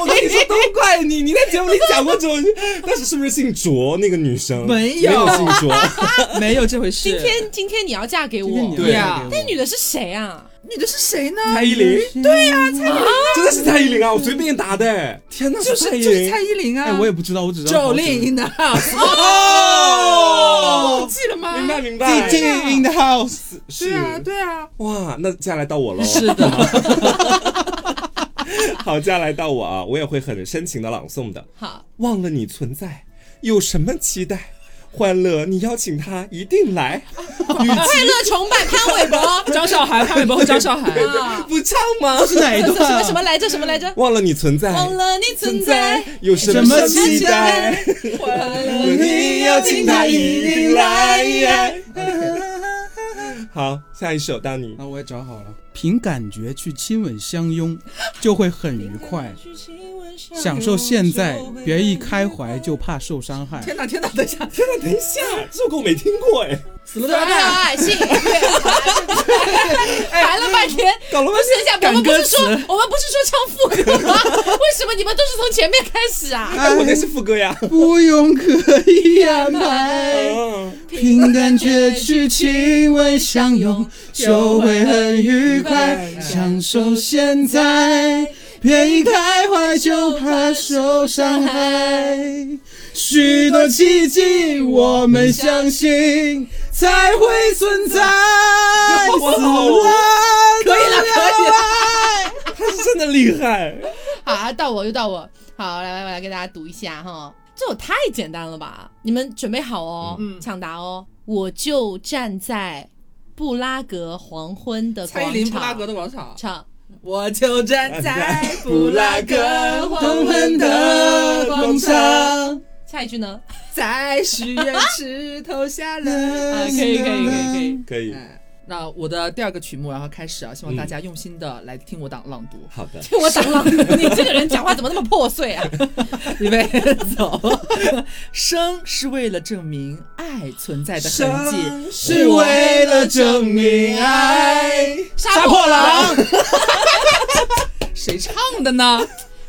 Speaker 2: 我跟
Speaker 1: ，OK。
Speaker 2: 你说，都怪你！你在节目里讲过卓文君，但是是不是姓卓那个女生？
Speaker 3: 没有
Speaker 2: 有，姓卓。
Speaker 3: 没有这回事。
Speaker 1: 今天今天你要嫁给我，
Speaker 2: 对
Speaker 3: 啊
Speaker 1: 那女的是谁啊？
Speaker 3: 女的是谁呢？啊
Speaker 2: 蔡依林，
Speaker 4: 对呀，
Speaker 2: 真的是蔡依林啊！我随便答的，哎天哪，
Speaker 3: 就是
Speaker 2: 蔡依
Speaker 3: 就是
Speaker 2: 林。
Speaker 3: 蔡依林啊！
Speaker 4: 哎，我也不知道，我只知道
Speaker 3: 九
Speaker 4: 陶喆。
Speaker 3: 令 in the house，
Speaker 2: 哦
Speaker 3: 忘记了吗？
Speaker 2: 明白明白，
Speaker 4: DJ in the house，
Speaker 3: 啊对
Speaker 2: 是
Speaker 3: 啊，对啊，
Speaker 2: 哇，那接下来到我喽。
Speaker 3: 是的，
Speaker 2: 好，接下来到我啊，我也会很深情的朗诵的。
Speaker 1: 好，
Speaker 2: 忘了你存在，有什么期待？欢乐，你邀请他一定来。
Speaker 1: 快乐崇拜潘玮柏
Speaker 3: 张韶涵，潘玮柏和张韶涵。
Speaker 1: 啊，
Speaker 2: 不唱吗？
Speaker 4: 是哪一
Speaker 1: 什
Speaker 4: 段
Speaker 1: 么什么什
Speaker 4: 啊？
Speaker 1: 么来着？什么来着？
Speaker 2: 忘了你存在，
Speaker 1: 忘了你存在，
Speaker 2: 有什
Speaker 4: 什么
Speaker 2: 期
Speaker 4: 期
Speaker 2: 待？你邀请他一定来。好，下一首到你。
Speaker 4: 啊，我也找好了。凭感觉去亲吻相拥，就会很愉快。享受现在，别一开怀就怕受伤害。
Speaker 3: 天哪，天哪，等一下，
Speaker 2: 天哪，等一下，这首歌我没听过哎，
Speaker 3: 死了
Speaker 1: 所有爱性 烦了半天。
Speaker 2: 搞了半
Speaker 1: 不是一下，我们
Speaker 4: 赶
Speaker 1: 不
Speaker 4: 歌
Speaker 1: 是说我
Speaker 4: 词
Speaker 1: 们不是说唱副歌吗？为什么你们都是从前面开始啊？
Speaker 2: 天，哎，我那是副歌呀。
Speaker 4: 不用刻意安排，
Speaker 2: 嗯
Speaker 4: 凭感觉去亲吻相拥，就会很愉快。享受现在，别一开怀就怕受伤害。许多奇迹，我们相信才会存在。
Speaker 2: 哇
Speaker 4: 死了，
Speaker 3: 可以了，可以了。
Speaker 2: 他是真的厉害，
Speaker 1: 好啊，到我又到我，好，来来，我来给大家读一下哈，这我太简单了吧？你们准备好哦，
Speaker 3: 嗯
Speaker 1: 抢答哦！我就站在布拉格黄昏的
Speaker 3: 蔡依
Speaker 1: 广
Speaker 3: 林布拉
Speaker 1: 场
Speaker 3: 格的广场，
Speaker 1: 唱，
Speaker 3: 我就站在布拉格
Speaker 1: 黄
Speaker 3: 黄
Speaker 1: 昏
Speaker 3: 昏
Speaker 1: 的
Speaker 3: 的
Speaker 1: 广
Speaker 3: 广
Speaker 1: 场
Speaker 3: 场，
Speaker 1: 下一句呢？
Speaker 3: 在许愿池投下了。
Speaker 1: 啊，可以可以可以可以，
Speaker 2: 可以。，
Speaker 3: 哎 那我的第二个曲目，然后开始啊，希望大家用心的来听我朗朗读
Speaker 2: 好的，
Speaker 1: 听我打浪，你这个人讲话怎么那么破碎啊？
Speaker 3: 预备走。生是为了证明爱存在的痕迹，
Speaker 4: 是为了证明爱。
Speaker 1: 杀破狼，
Speaker 3: 谁唱的呢？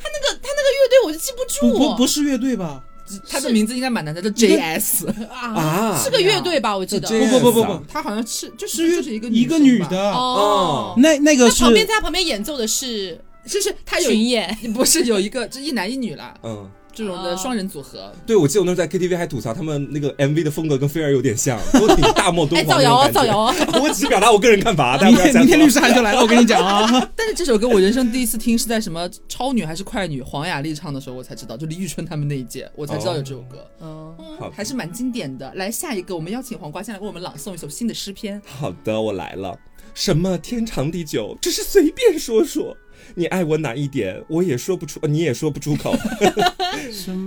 Speaker 1: 他那个乐队我就记不住，
Speaker 4: 不不不是乐队吧？
Speaker 3: 他的名字应该蛮难的，叫 JS。
Speaker 1: 啊，
Speaker 2: 啊
Speaker 1: 是个乐队吧？我记得
Speaker 2: 这样
Speaker 4: 不不不不
Speaker 2: 子啊
Speaker 4: 不，
Speaker 3: 他好像是就是
Speaker 4: 是
Speaker 3: 就是一个
Speaker 4: 一个
Speaker 3: 生
Speaker 4: 女
Speaker 3: 吧，
Speaker 4: 的。
Speaker 1: 哦，
Speaker 4: 那那个
Speaker 1: 那
Speaker 4: 是
Speaker 1: 旁边在他旁边演奏的是
Speaker 3: 就是他有
Speaker 1: 群演，
Speaker 3: 不是有一个这一男一女啦，
Speaker 2: 嗯，
Speaker 3: 这种的双人组合。
Speaker 2: 对，我记得我那时候在 KTV 还吐槽他们那个 MV 的风格跟菲儿有点像，都挺大漠敦
Speaker 1: 哎，
Speaker 2: 煌
Speaker 1: 造
Speaker 2: 那
Speaker 1: 谣哦，
Speaker 2: 种感觉
Speaker 1: 造谣。哦。
Speaker 2: 我只是表达我个人看法，大家
Speaker 4: 明
Speaker 2: 不要
Speaker 4: 天
Speaker 2: 讲
Speaker 4: 明天律师函就来了，我跟你 讲啊，
Speaker 3: 但是这首歌我人生第一次听是在什么超女还是快女黄雅莉唱的时候我才知道，就李宇春他们那一届我才知道有这首
Speaker 2: 哦
Speaker 3: 歌，
Speaker 1: 嗯
Speaker 2: 好的
Speaker 3: 还是蛮经典的。来下一个，我们邀请黄瓜先来为我们朗诵一首新的诗篇。
Speaker 2: 好的，我来了。什么天长地久，只是随便说说。你爱我哪一点，我也说不出，呃你也说不出口。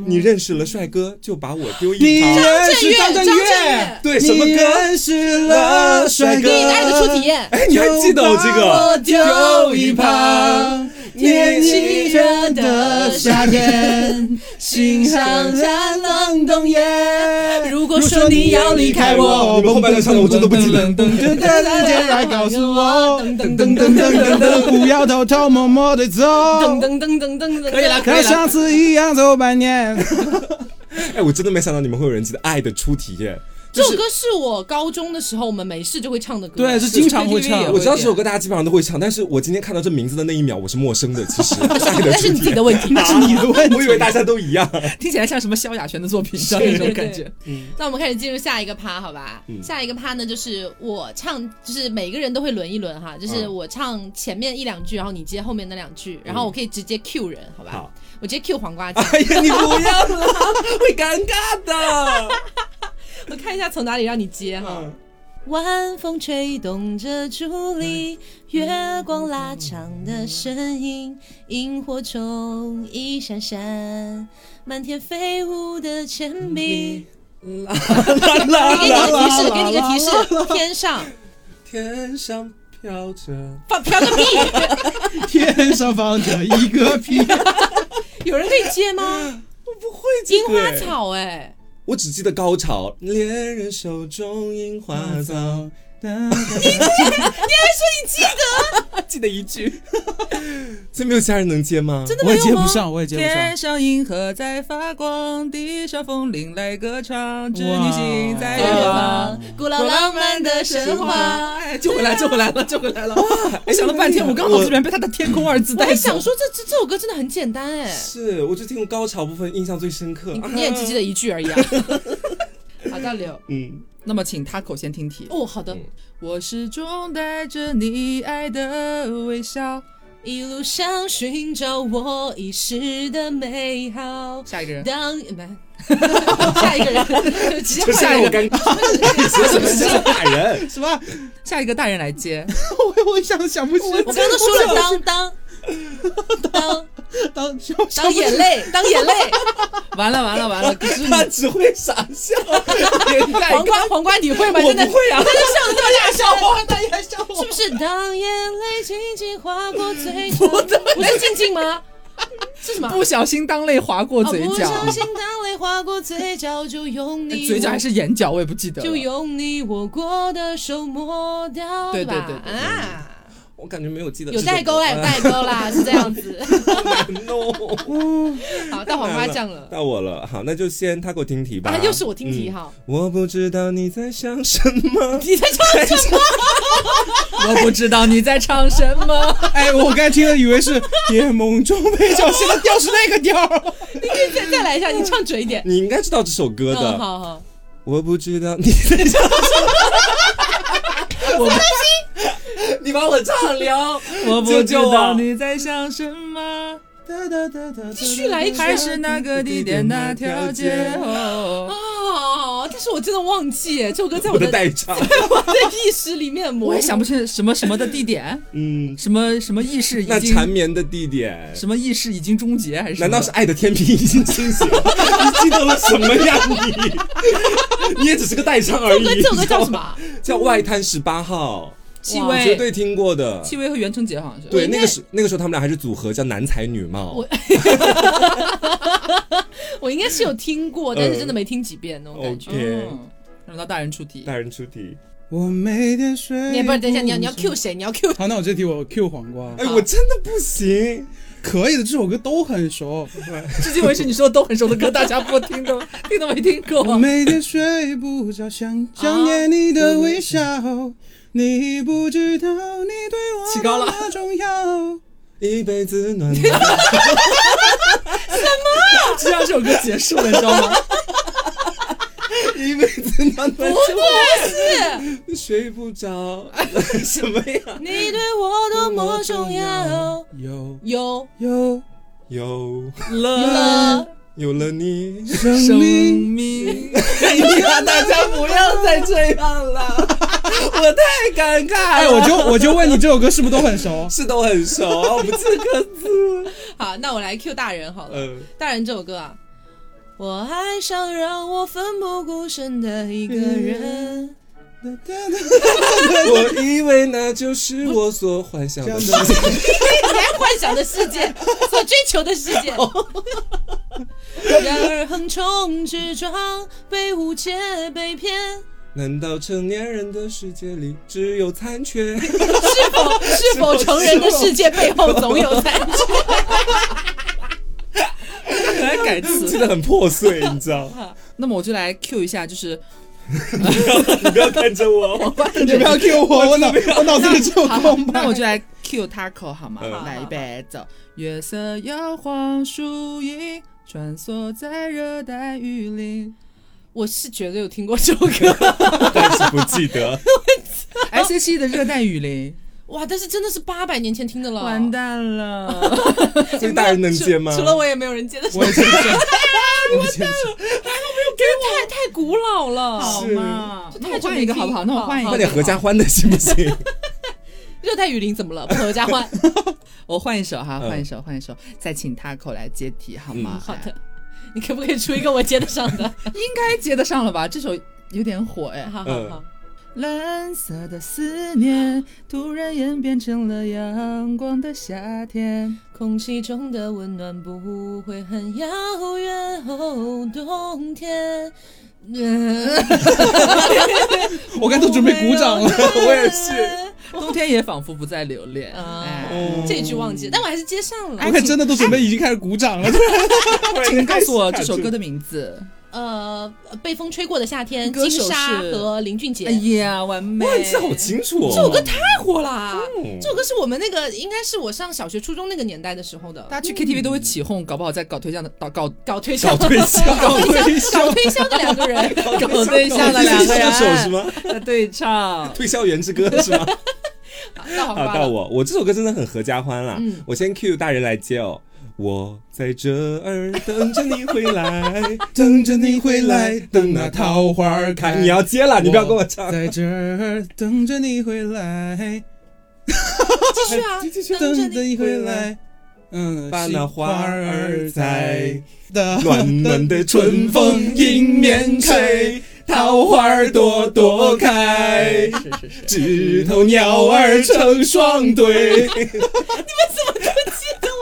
Speaker 2: 你认识了帅哥，就把我丢一
Speaker 4: 你
Speaker 2: 旁。
Speaker 4: 认
Speaker 1: 震
Speaker 4: 识
Speaker 1: 岳，
Speaker 4: 张
Speaker 1: 张
Speaker 4: 震
Speaker 1: 震
Speaker 4: 岳
Speaker 1: 岳，，
Speaker 2: 对，什么
Speaker 4: 你
Speaker 2: 歌？
Speaker 4: 认识了帅
Speaker 1: 给
Speaker 4: 哥，
Speaker 1: 你爱的初体验。
Speaker 2: 哎，你还记得我这个？
Speaker 4: 丢一旁，年轻人的夏天，心上染冷冬夜。哎
Speaker 1: 如果说你要离开我，
Speaker 2: 你们后半段唱的我真的不记得
Speaker 4: 噔噔噔噔，来告诉我，噔噔噔噔噔，不要偷偷摸摸的走，
Speaker 1: 噔噔噔噔噔噔，
Speaker 3: 可以了
Speaker 4: 和上次一样走百年。
Speaker 2: 哎，我真的没想到你们会有人记得《爱的初体验
Speaker 1: 这首歌是我高中的时候我们没事就会唱的歌。
Speaker 3: 啊
Speaker 4: 对，是经常会 唱》。
Speaker 2: 我。知道这首歌大家基本上都会唱，但是我今天看到这名字的那一秒，我是陌生的。其实， 爱的
Speaker 1: 那是
Speaker 2: 初
Speaker 1: 你自
Speaker 2: 体
Speaker 1: 己
Speaker 2: 验
Speaker 1: 的问 题。
Speaker 4: 是
Speaker 2: 啊
Speaker 4: 你的问题
Speaker 2: 我以为大家都一 样。
Speaker 3: 听起来像什么萧亚轩的作品，像那种感觉。
Speaker 1: 那我们开始进入下一个趴，好吧？下一个趴呢，就是我唱，就是每个人都会轮一轮哈，就是我唱前面一两句，然后你接后面那两句，然后我可以直接 Q 人，好吧？
Speaker 2: 好，
Speaker 1: 我直接 Q 黄瓜酱。
Speaker 2: 哎呀，你不要啦，会尴尬的。
Speaker 1: 我看一下从哪里让你接哈。晚风吹动着竹篱，月光拉长的身影，萤火虫一闪闪，满天飞舞的铅笔。
Speaker 2: 啦
Speaker 1: 给你
Speaker 2: 啦
Speaker 1: 个提
Speaker 2: 啦！
Speaker 1: 示，给你个提示，天上
Speaker 2: 天上飘着，
Speaker 1: 放飘个屁，
Speaker 4: 天上放着一个 屁，
Speaker 1: 有人可以接吗？
Speaker 2: 我不会这
Speaker 1: 樱
Speaker 2: 个
Speaker 1: 花
Speaker 2: 哎，
Speaker 1: 草哎、
Speaker 2: 我只记得高潮。恋人手中樱花草，
Speaker 3: 记得一句。
Speaker 2: 这没有其他人能接吗？真的
Speaker 4: 我也接不上，我也接不上
Speaker 3: 天。上银河在发光，地上风铃来歌唱，织女星在
Speaker 4: 哇
Speaker 3: 远方。
Speaker 1: 古老浪漫的神话。
Speaker 3: 哎，救回来，救回来了，救回来了！我想了半天，我刚好居然被他的“天空”二字
Speaker 1: 我
Speaker 3: 带
Speaker 1: 也
Speaker 3: 走
Speaker 1: 想。说这这这首歌真的很简单哎、
Speaker 2: 是，我就听过高潮部分，印象最深刻。
Speaker 1: 你也只记得一句而 已啊。好的，刘。
Speaker 2: 嗯，
Speaker 3: 那么，请他口先听题。
Speaker 1: 哦，好的。
Speaker 3: 我始终带着你爱的微笑。
Speaker 1: 一路上寻找我遗失的美好。
Speaker 3: 下一个 人，
Speaker 1: 当不，下一个人，直接
Speaker 2: 这
Speaker 1: 换
Speaker 2: 下
Speaker 1: 一
Speaker 2: 我
Speaker 1: 个人。
Speaker 2: 尴尬， 你说什么这是打 人？
Speaker 4: 什么？
Speaker 3: 下一个大人来接。
Speaker 4: 我我想想不起来。
Speaker 1: 我刚刚都说了当当当
Speaker 4: 当想
Speaker 1: 当眼泪，当眼泪。
Speaker 3: 完了，完了，完了！可是
Speaker 2: 他只会傻笑，
Speaker 3: 你
Speaker 1: 黄瓜，黄瓜，你会吗？
Speaker 2: 我
Speaker 1: 真的
Speaker 2: 不会啊。
Speaker 4: 大笑话，大家笑
Speaker 1: 是不是？当眼泪轻轻划过嘴角，不是静静 吗？是什么？
Speaker 3: 不小心当泪划过
Speaker 1: 哦
Speaker 3: 嘴
Speaker 1: 不
Speaker 3: 角，
Speaker 1: 小心当泪划过嘴哎角，就用你
Speaker 3: 嘴角还是眼角，我也不记得了。
Speaker 1: 就用你握过的手抹掉，
Speaker 3: 对
Speaker 1: 吧？
Speaker 3: 对对对嗯
Speaker 1: 啊，
Speaker 2: 我感觉没有记得
Speaker 1: 有代沟哎，有代沟啦，是这样子。
Speaker 2: no。
Speaker 1: 好，到黄花酱 了，
Speaker 2: 到我了，好，那就先他给我听题吧。
Speaker 1: 啊，又是我听题
Speaker 2: 嗯。
Speaker 1: 哈。
Speaker 2: 我不知道你在想什 么。
Speaker 1: 你在唱什么？
Speaker 3: 我不知道你在唱什么。
Speaker 4: 哎，我刚才听了以为是夜梦中被叫醒的调是那个调儿。
Speaker 1: 你可以再再来一下，你唱准一点。
Speaker 2: 你应该知道这首歌
Speaker 1: 嗯，
Speaker 2: 的。
Speaker 1: 好好。
Speaker 2: 我不知道你在想什
Speaker 3: 我
Speaker 2: 么，你把我唱撩。
Speaker 3: 我
Speaker 2: 不知道
Speaker 3: 你在想什么，
Speaker 1: 继续来一句。
Speaker 3: 还是那个地点那条街。哦
Speaker 1: 哦，但是我真的忘记 哎，这首歌在
Speaker 2: 我
Speaker 1: 我
Speaker 2: 的
Speaker 1: 的
Speaker 2: 代唱，
Speaker 1: 我的意识里面模糊。
Speaker 3: 我也想不起什么什么的地点，
Speaker 2: 嗯，
Speaker 3: 什么什么意识已
Speaker 2: 那
Speaker 3: 经
Speaker 2: 缠绵的地点，
Speaker 3: 什么意识已经终结，还是什么
Speaker 2: 难道是爱的天平已经清醒 了？你激动了什么呀你？ 你也只是个代唱而
Speaker 1: 这首
Speaker 2: 已。
Speaker 1: 歌，这首歌叫什么哎啊？
Speaker 2: 叫外滩十八号，
Speaker 3: 戚
Speaker 1: 哇
Speaker 2: 你绝
Speaker 3: 薇？
Speaker 2: 对听过的。
Speaker 3: 戚薇和袁成杰好像是。
Speaker 2: 对，
Speaker 1: 应该
Speaker 2: 那个时那个时候他们俩还是组合，叫男才女貌。
Speaker 1: 我我应该是有听过，但是真的没听几遍那种感觉。
Speaker 2: OK，
Speaker 3: 嗯，轮到大人出题。
Speaker 2: 大人出题。
Speaker 4: 我每天
Speaker 3: 哦
Speaker 4: 睡。
Speaker 1: 哎你不是等一下，你要你要 Q 谁？你要 Q
Speaker 4: 好，那我这题我 Q 黄瓜，
Speaker 2: 哎，我真的不行。
Speaker 4: 可以的，这首歌都很熟。
Speaker 3: 至今为止你说的都很熟的歌，大家不听 都听都没听
Speaker 4: 我
Speaker 3: 过。
Speaker 4: 每天睡不着，想想念你的微笑。你不知道你对
Speaker 3: 起
Speaker 4: 我
Speaker 3: 高了
Speaker 4: 多么重要。
Speaker 2: 一辈子暖暖。
Speaker 3: 就让这首歌结束了，你知道 吗？
Speaker 2: 一辈子暖暖
Speaker 1: 是？
Speaker 2: 睡不着， 什么呀？
Speaker 1: 你对我多么重要？
Speaker 4: 有
Speaker 1: 有
Speaker 4: 有
Speaker 2: 有
Speaker 3: 了
Speaker 1: 了，
Speaker 2: 有了你，？
Speaker 4: 生 命，
Speaker 3: 命，大家不要再这样了，我太尴尬
Speaker 4: 哎，
Speaker 3: 了。
Speaker 4: 我 就我就问你，这首歌是不是都很熟
Speaker 2: 是都很熟，我不记 得歌词。
Speaker 1: 好，那我来 Q 大人好了。
Speaker 2: 嗯，
Speaker 1: 大人这首歌啊，我爱上让我奋不顾身的一个人，
Speaker 3: 嗯
Speaker 2: 我以为那就是我所幻想的世界。
Speaker 1: 你还幻想的世界，所追求的世界。
Speaker 3: 哦
Speaker 1: 然而横冲直撞，被误解被骗，
Speaker 2: 难道成年人的世界里只有残缺？
Speaker 1: 是否是否成人的世界背后总有残缺？
Speaker 3: 来改
Speaker 2: 记
Speaker 3: 词。
Speaker 2: 得很破碎，你知道？
Speaker 3: 那么我就来 Q 一下， 就是
Speaker 2: 你不要看着 我，
Speaker 4: 你不要 Q 我，我脑我脑子里只有空白。
Speaker 3: 那我就来 Q Taco 好吗？
Speaker 2: 嗯
Speaker 3: 来预备走。月色摇晃树影，穿梭在热带雨林。
Speaker 1: 我是觉得有听过这首歌，
Speaker 2: 但是不记得。
Speaker 3: S H E 的热带雨林，
Speaker 1: 哇！但是真的是八百年前听的了，
Speaker 3: 完蛋了！
Speaker 2: 所以大人能接吗？
Speaker 1: 除除了我也没有人接的，
Speaker 4: 我也接不上，我也接不上。
Speaker 1: 太太古老了。
Speaker 3: 好
Speaker 2: 是
Speaker 3: 嘛，
Speaker 1: 这
Speaker 3: 那
Speaker 1: 太
Speaker 3: 我
Speaker 1: 久
Speaker 3: 换
Speaker 1: 没
Speaker 3: 一个
Speaker 1: 听
Speaker 3: 好不好？那我
Speaker 1: 好
Speaker 3: 换一
Speaker 1: 好
Speaker 3: 个，
Speaker 2: 换点合家欢的行不行？
Speaker 1: 热带雨林怎么了？不合家欢。
Speaker 3: 我换一首哈，
Speaker 2: 嗯
Speaker 3: 换一首，换一首，哎再请 Taco 来接题好吗？
Speaker 1: 好的，你可不可以出一个我接得上的？
Speaker 3: 哎，应该接得上了吧？这首有点火哎。
Speaker 1: 好好
Speaker 2: 嗯
Speaker 1: 好，
Speaker 3: 蓝色的思念突然演变成了阳光的 夏天。
Speaker 1: 空气中的温暖不会很遥远。哦，冬天。呃
Speaker 4: 我刚都准备鼓掌了。
Speaker 2: 我也是。
Speaker 3: 冬天也仿佛不再留恋。
Speaker 1: 哦
Speaker 4: 嗯
Speaker 3: 哎，
Speaker 2: 哦
Speaker 1: 这一句忘记，但我还是接上了。
Speaker 4: 我可真的都准备已经开始鼓掌了。
Speaker 3: 请告诉我这首歌的名字。
Speaker 1: 呃，被风吹过的夏天，
Speaker 3: 歌
Speaker 1: 金
Speaker 3: 手
Speaker 1: 莎
Speaker 3: 是
Speaker 1: 和林俊杰。
Speaker 3: 哎呀，完美！
Speaker 2: 哇，你记得好清楚哦。
Speaker 1: 这首歌太火啦！
Speaker 2: 嗯
Speaker 1: 这首歌是我们那个，应该是我上小学、初中那个年代的时候的，
Speaker 4: 嗯
Speaker 3: 大家去 KTV 都会起哄，搞不好在搞对象的搞搞
Speaker 1: 搞推销
Speaker 2: 搞、对象，搞对
Speaker 1: 搞推销的两个人，
Speaker 2: 哎
Speaker 3: 搞对象的两
Speaker 2: 推
Speaker 3: 个
Speaker 2: 销
Speaker 3: 人
Speaker 2: 的手是吗？
Speaker 3: 在 对唱。
Speaker 2: 推销员之歌是吗？
Speaker 1: 到
Speaker 2: 好，啊到我，我这首歌真的很合家欢啦。
Speaker 1: 嗯
Speaker 2: 我先 Q 大人来接哦。我在这儿等着你回来，
Speaker 4: 等着你回来，等那桃花开。
Speaker 2: 你要接了，你不要跟我唱。
Speaker 4: 在这儿等着你回来，
Speaker 1: 继续啊，
Speaker 2: 继续
Speaker 1: 等
Speaker 4: 等
Speaker 1: 着
Speaker 4: 着
Speaker 1: 你。
Speaker 4: 你回来。嗯，
Speaker 2: 把那
Speaker 4: 杏
Speaker 2: 花儿栽，
Speaker 4: 的
Speaker 2: 暖暖的春风迎面吹，桃花儿朵朵开，
Speaker 3: 是是是，
Speaker 2: 枝头鸟儿成双对。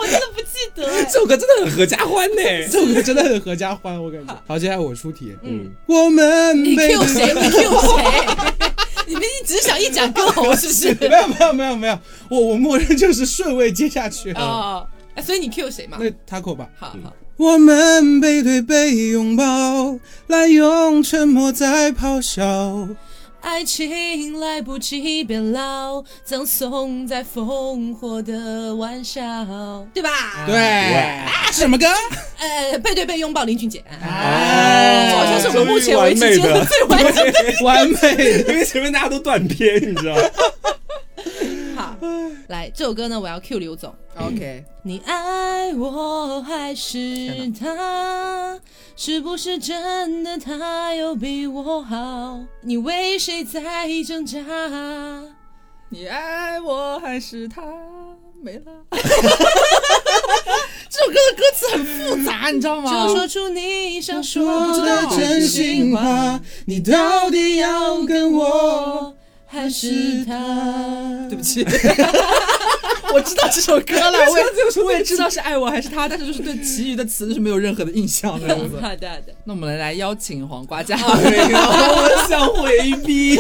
Speaker 1: 我真的不记得哎。
Speaker 2: 这首歌真的很合家欢呢。
Speaker 4: 这首歌真的很合家欢，我 感觉。好，接下来我出题。
Speaker 1: 嗯，
Speaker 4: 我们
Speaker 1: 你
Speaker 4: 被
Speaker 1: Q 谁？你 Q 谁？ 你们只想一展歌喉是不
Speaker 4: 没
Speaker 1: 是？
Speaker 4: 有没有没有没有，我我默认就是顺位接下去。
Speaker 1: 哦，哎所以你 Q 谁嘛？
Speaker 4: 那 Taco 吧。
Speaker 1: 好好，
Speaker 4: 我们背对背拥抱，滥用沉默在咆哮。
Speaker 1: 爱情来不及变老，葬送在烽火的玩笑，对吧？
Speaker 4: 对，什么歌？
Speaker 1: 呃，背对背拥抱林俊杰，
Speaker 4: 哎
Speaker 1: 这好像是我们目前为止接的最完整的。
Speaker 4: 完美。
Speaker 2: 因为前面大家都断片，你知道吗？
Speaker 1: 好，来这首歌呢，我要 Q 刘总。
Speaker 3: OK，
Speaker 1: 你爱我还是他？是不是真的他又比我好？你为谁在挣扎？
Speaker 3: 你爱我还是他没 了？这首歌的歌词很复杂，你知道吗？
Speaker 1: 就说出你想说
Speaker 4: 说
Speaker 1: 的
Speaker 4: 的
Speaker 1: 真
Speaker 4: 真
Speaker 1: 心
Speaker 4: 心
Speaker 1: 话，
Speaker 4: 话，你到底要跟我
Speaker 1: 还
Speaker 4: 是
Speaker 1: 是他？
Speaker 4: 他？
Speaker 3: 对不起，我知道这首歌了，我也我也知道是爱我还是他，但是就是对其余的词就是没有任何的印象这样子。
Speaker 1: 好
Speaker 3: 啊
Speaker 1: 的好的，
Speaker 3: 那我们来邀请黄瓜酱，
Speaker 2: 我想回避。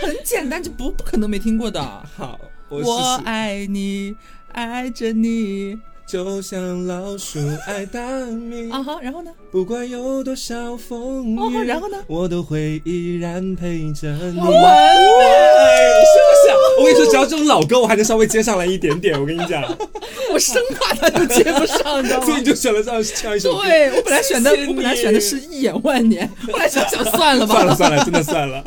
Speaker 3: 很简单，这不不可能没听过的。
Speaker 2: 好，我试
Speaker 3: 我
Speaker 2: 试。
Speaker 3: 爱你，爱着你
Speaker 2: 就像老鼠爱大米，
Speaker 3: 啊哈，然后呢？
Speaker 2: 不管有多少风雨，
Speaker 3: 哦然后呢
Speaker 2: 我都会依然陪着你。
Speaker 3: 完美，
Speaker 2: 哎，是不是？我跟你说，只要这种老歌，我还能稍微接上来一点点。我跟你讲，
Speaker 3: 我生怕他就接不上， 你知道
Speaker 2: 所以
Speaker 3: 吗
Speaker 2: 你？就选了这样这样一首 歌。
Speaker 3: 对我本来选的
Speaker 2: 谢谢，你
Speaker 3: 我本来选的是一眼万年，后来想想算了 吧，
Speaker 2: 算了算 了，真的算了。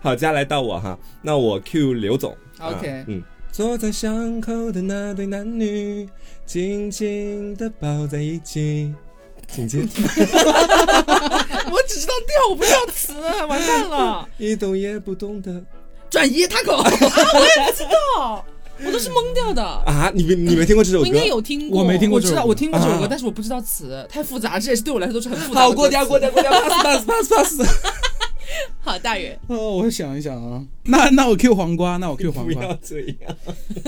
Speaker 2: 好，接下来到我哈，那我 Q 刘总。
Speaker 3: OK
Speaker 2: 啊嗯。坐在巷口的那对男女，紧紧的抱在一起。紧接着，
Speaker 3: 我只知道调，我不知道词， 完蛋了，
Speaker 2: 一动也不动的
Speaker 3: 转移他口。
Speaker 1: 哦，我都是懵掉的，
Speaker 2: 啊！你们你没听过这首
Speaker 1: 我
Speaker 2: 歌？
Speaker 1: 应该有听过，
Speaker 4: 我没听过
Speaker 3: 我知道，我听过这首歌，
Speaker 2: 啊
Speaker 3: 但是我不知道词，太复杂，这也是对我来说都是很复杂
Speaker 2: 好，
Speaker 3: 的歌词。
Speaker 2: 过掉过掉过掉，pass pass pass pass。
Speaker 1: 好，大人，
Speaker 4: 哦，我想一想啊，那那我 Q 黄瓜，那我 Q 黄
Speaker 2: 不要
Speaker 4: 瓜。
Speaker 2: 这样，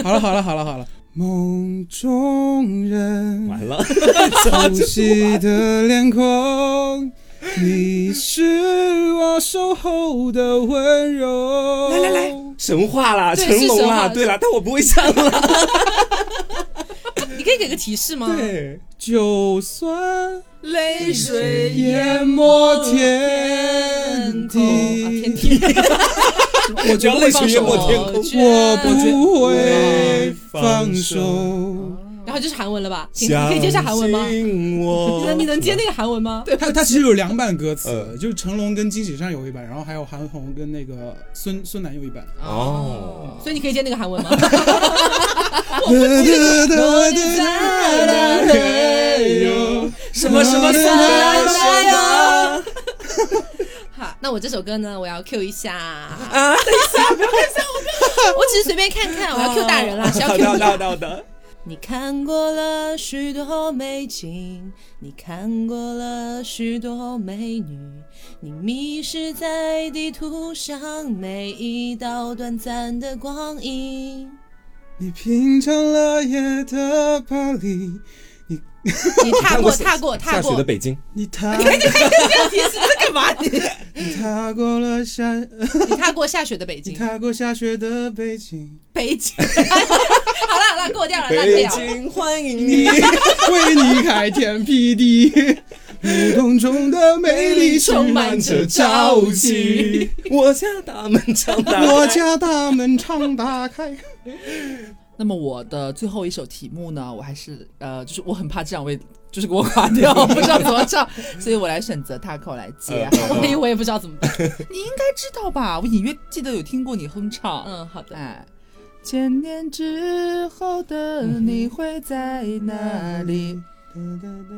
Speaker 4: 好了好了好了好了，梦中人
Speaker 2: 完了，
Speaker 4: 熟悉的脸孔，你是我守候的温柔。
Speaker 2: 来来来，神话啦，
Speaker 1: 对
Speaker 2: 成龙啦，
Speaker 1: 是神话
Speaker 2: 对啦，但我不会唱啦。
Speaker 1: 你可以给个提示吗？
Speaker 2: 对，
Speaker 4: 就算
Speaker 3: 泪水
Speaker 4: 淹没天
Speaker 1: 空啊，天
Speaker 4: 地。
Speaker 1: 地，
Speaker 2: 我觉得泪水淹没天
Speaker 1: 我
Speaker 2: 空。
Speaker 1: 觉
Speaker 4: 我
Speaker 1: 得
Speaker 4: 不会
Speaker 2: 放
Speaker 4: 放
Speaker 2: 手
Speaker 4: 手。
Speaker 1: 然后就是韩文了吧？请你可以接下韩文吗
Speaker 2: 相？信我
Speaker 1: 你能你能接那个韩文吗？
Speaker 4: 他他其实有两版歌词
Speaker 2: 呃，
Speaker 4: 就成龙跟金喜善有一版，然后还有韩红跟那个孙孙楠有一版。
Speaker 2: 哦
Speaker 1: 所以你可以接那个韩文 吗？
Speaker 4: 哒哒哒哒哒哟
Speaker 3: 什么什么
Speaker 4: 哒
Speaker 3: 什
Speaker 4: 哒
Speaker 3: 么
Speaker 4: 哒哒
Speaker 1: 哦 那我这首歌呢，我要 Q 一下啊！等一下，不要看下 我，我只是随便看看，我要 Q 大人啦，是要
Speaker 2: 好
Speaker 1: Q
Speaker 2: 的，好
Speaker 1: 你
Speaker 2: 的，
Speaker 1: 啊
Speaker 2: 好。的好的。
Speaker 1: 你看过了许多美景，你看过了许多美女，你迷失在地图上每一道短暂的光 影。
Speaker 4: 你品尝了夜的巴黎，
Speaker 1: 你踏过，
Speaker 2: 下
Speaker 1: 踏过，踏
Speaker 2: 下雪
Speaker 1: 过
Speaker 2: 的。北京，
Speaker 4: 你踏
Speaker 3: 你是在干嘛？你
Speaker 4: 你踏过了下，
Speaker 1: 你踏过下雪的北
Speaker 4: 你
Speaker 1: 京，
Speaker 4: 踏过下雪的北京，
Speaker 1: 北京。 好了好了，过掉了，烂掉。
Speaker 2: 京欢迎你。
Speaker 4: 为你开天辟地， 胡同中的美丽充满着朝气。，
Speaker 2: 我家大门常打开。
Speaker 4: 我家大门常打开。
Speaker 3: 那么我的最后一首题目呢，我还是呃，就是我很怕这两位就是给我垮掉，我不知道怎么唱，所以我来选择 Taco 来接。
Speaker 2: 呃呃
Speaker 1: 所以我也不知道怎么办。
Speaker 3: 你应该知道吧？我隐约记得有听过你哼唱。
Speaker 1: 嗯，好的。
Speaker 3: 哎，千年之后的你会在哪里？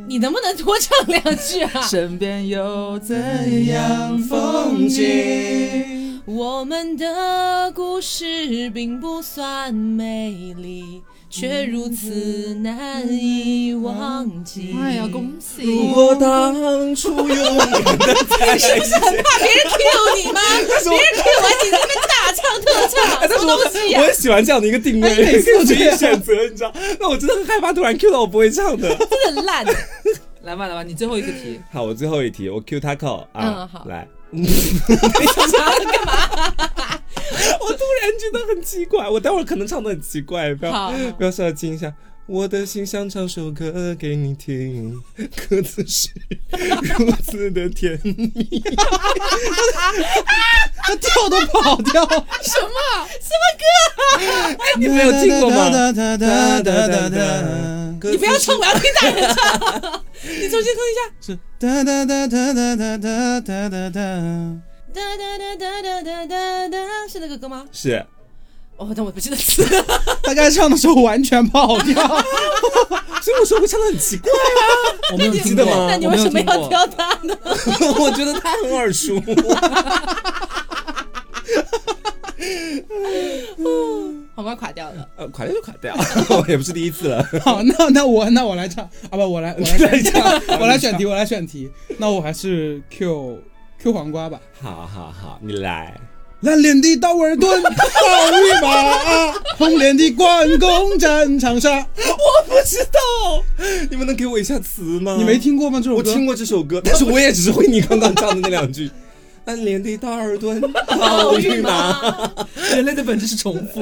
Speaker 1: 你能不能多唱两句啊？
Speaker 3: 身边有怎
Speaker 4: 怎样
Speaker 3: 样
Speaker 4: 风
Speaker 3: 风景？
Speaker 4: 景？
Speaker 1: 我们的故事并不算美丽，却如此难以忘记。
Speaker 3: 哎呀，恭
Speaker 2: 如
Speaker 3: 喜！
Speaker 2: 果当初勇敢的再来一次，
Speaker 1: 怕 别人 Q 你吗？
Speaker 2: 我
Speaker 1: 别人 Q 完你在那边大唱特 唱，什么东西啊呀、
Speaker 2: 我很喜欢这样的一个定位，
Speaker 4: 哎每次都
Speaker 2: 可
Speaker 4: 这样
Speaker 2: 以选择，你知道？那我真的很害怕，突然 Q 到我不会唱 的。
Speaker 1: 真的烂。
Speaker 3: 来吧，来吧，你最后一个题。
Speaker 2: 好，我最后一题，我 Q 他扣啊，
Speaker 1: 嗯好
Speaker 2: 来。我突然觉得很奇怪，我待会儿可能唱的很奇怪，不要
Speaker 1: 好，
Speaker 2: 不要说惊一下。我的心想唱首歌给你听，歌词是如此的甜蜜。
Speaker 4: 他跳都跑掉，
Speaker 1: 什么？
Speaker 2: 你没有听过吗？
Speaker 4: 哒哒哒哒哒
Speaker 2: 歌
Speaker 1: 你
Speaker 2: 词是
Speaker 1: 不要唱，我要听大人唱。 你重新哼一下。
Speaker 4: 哒哒哒哒哒哒哒哒哒哒。
Speaker 1: 哒哒哒哒哒哒哒哒，是那个歌吗？
Speaker 2: 是
Speaker 1: 哦，但我不记得词。
Speaker 4: 他刚才唱的时候完全跑掉，
Speaker 2: 所以我说我唱的很奇怪，啊
Speaker 3: 我没有
Speaker 2: 记得吗
Speaker 1: 那你为什么要挑他呢？
Speaker 2: 我觉得他很耳 熟。
Speaker 1: 好吧，垮掉了。
Speaker 2: 呃，垮掉就垮掉， 我也不是第一次了。
Speaker 4: 好，那那我那我来唱啊，不，我来我来选题， 我来选题，我来选题。那我还是 Q Q 黄瓜吧。
Speaker 2: 好好好，你来。
Speaker 4: 蓝脸的道尔顿抱一马，红脸的关公战长沙。
Speaker 2: 不知道，你们能给我一下词吗？
Speaker 4: 你没？听过吗？这首
Speaker 2: 我
Speaker 4: 歌
Speaker 2: 听过这首歌，但是我也只是会你刚刚唱的那两句。 暗恋的大耳朵，好
Speaker 1: 玉
Speaker 2: 玉马。
Speaker 1: 马，
Speaker 3: 人类的本质是重 复。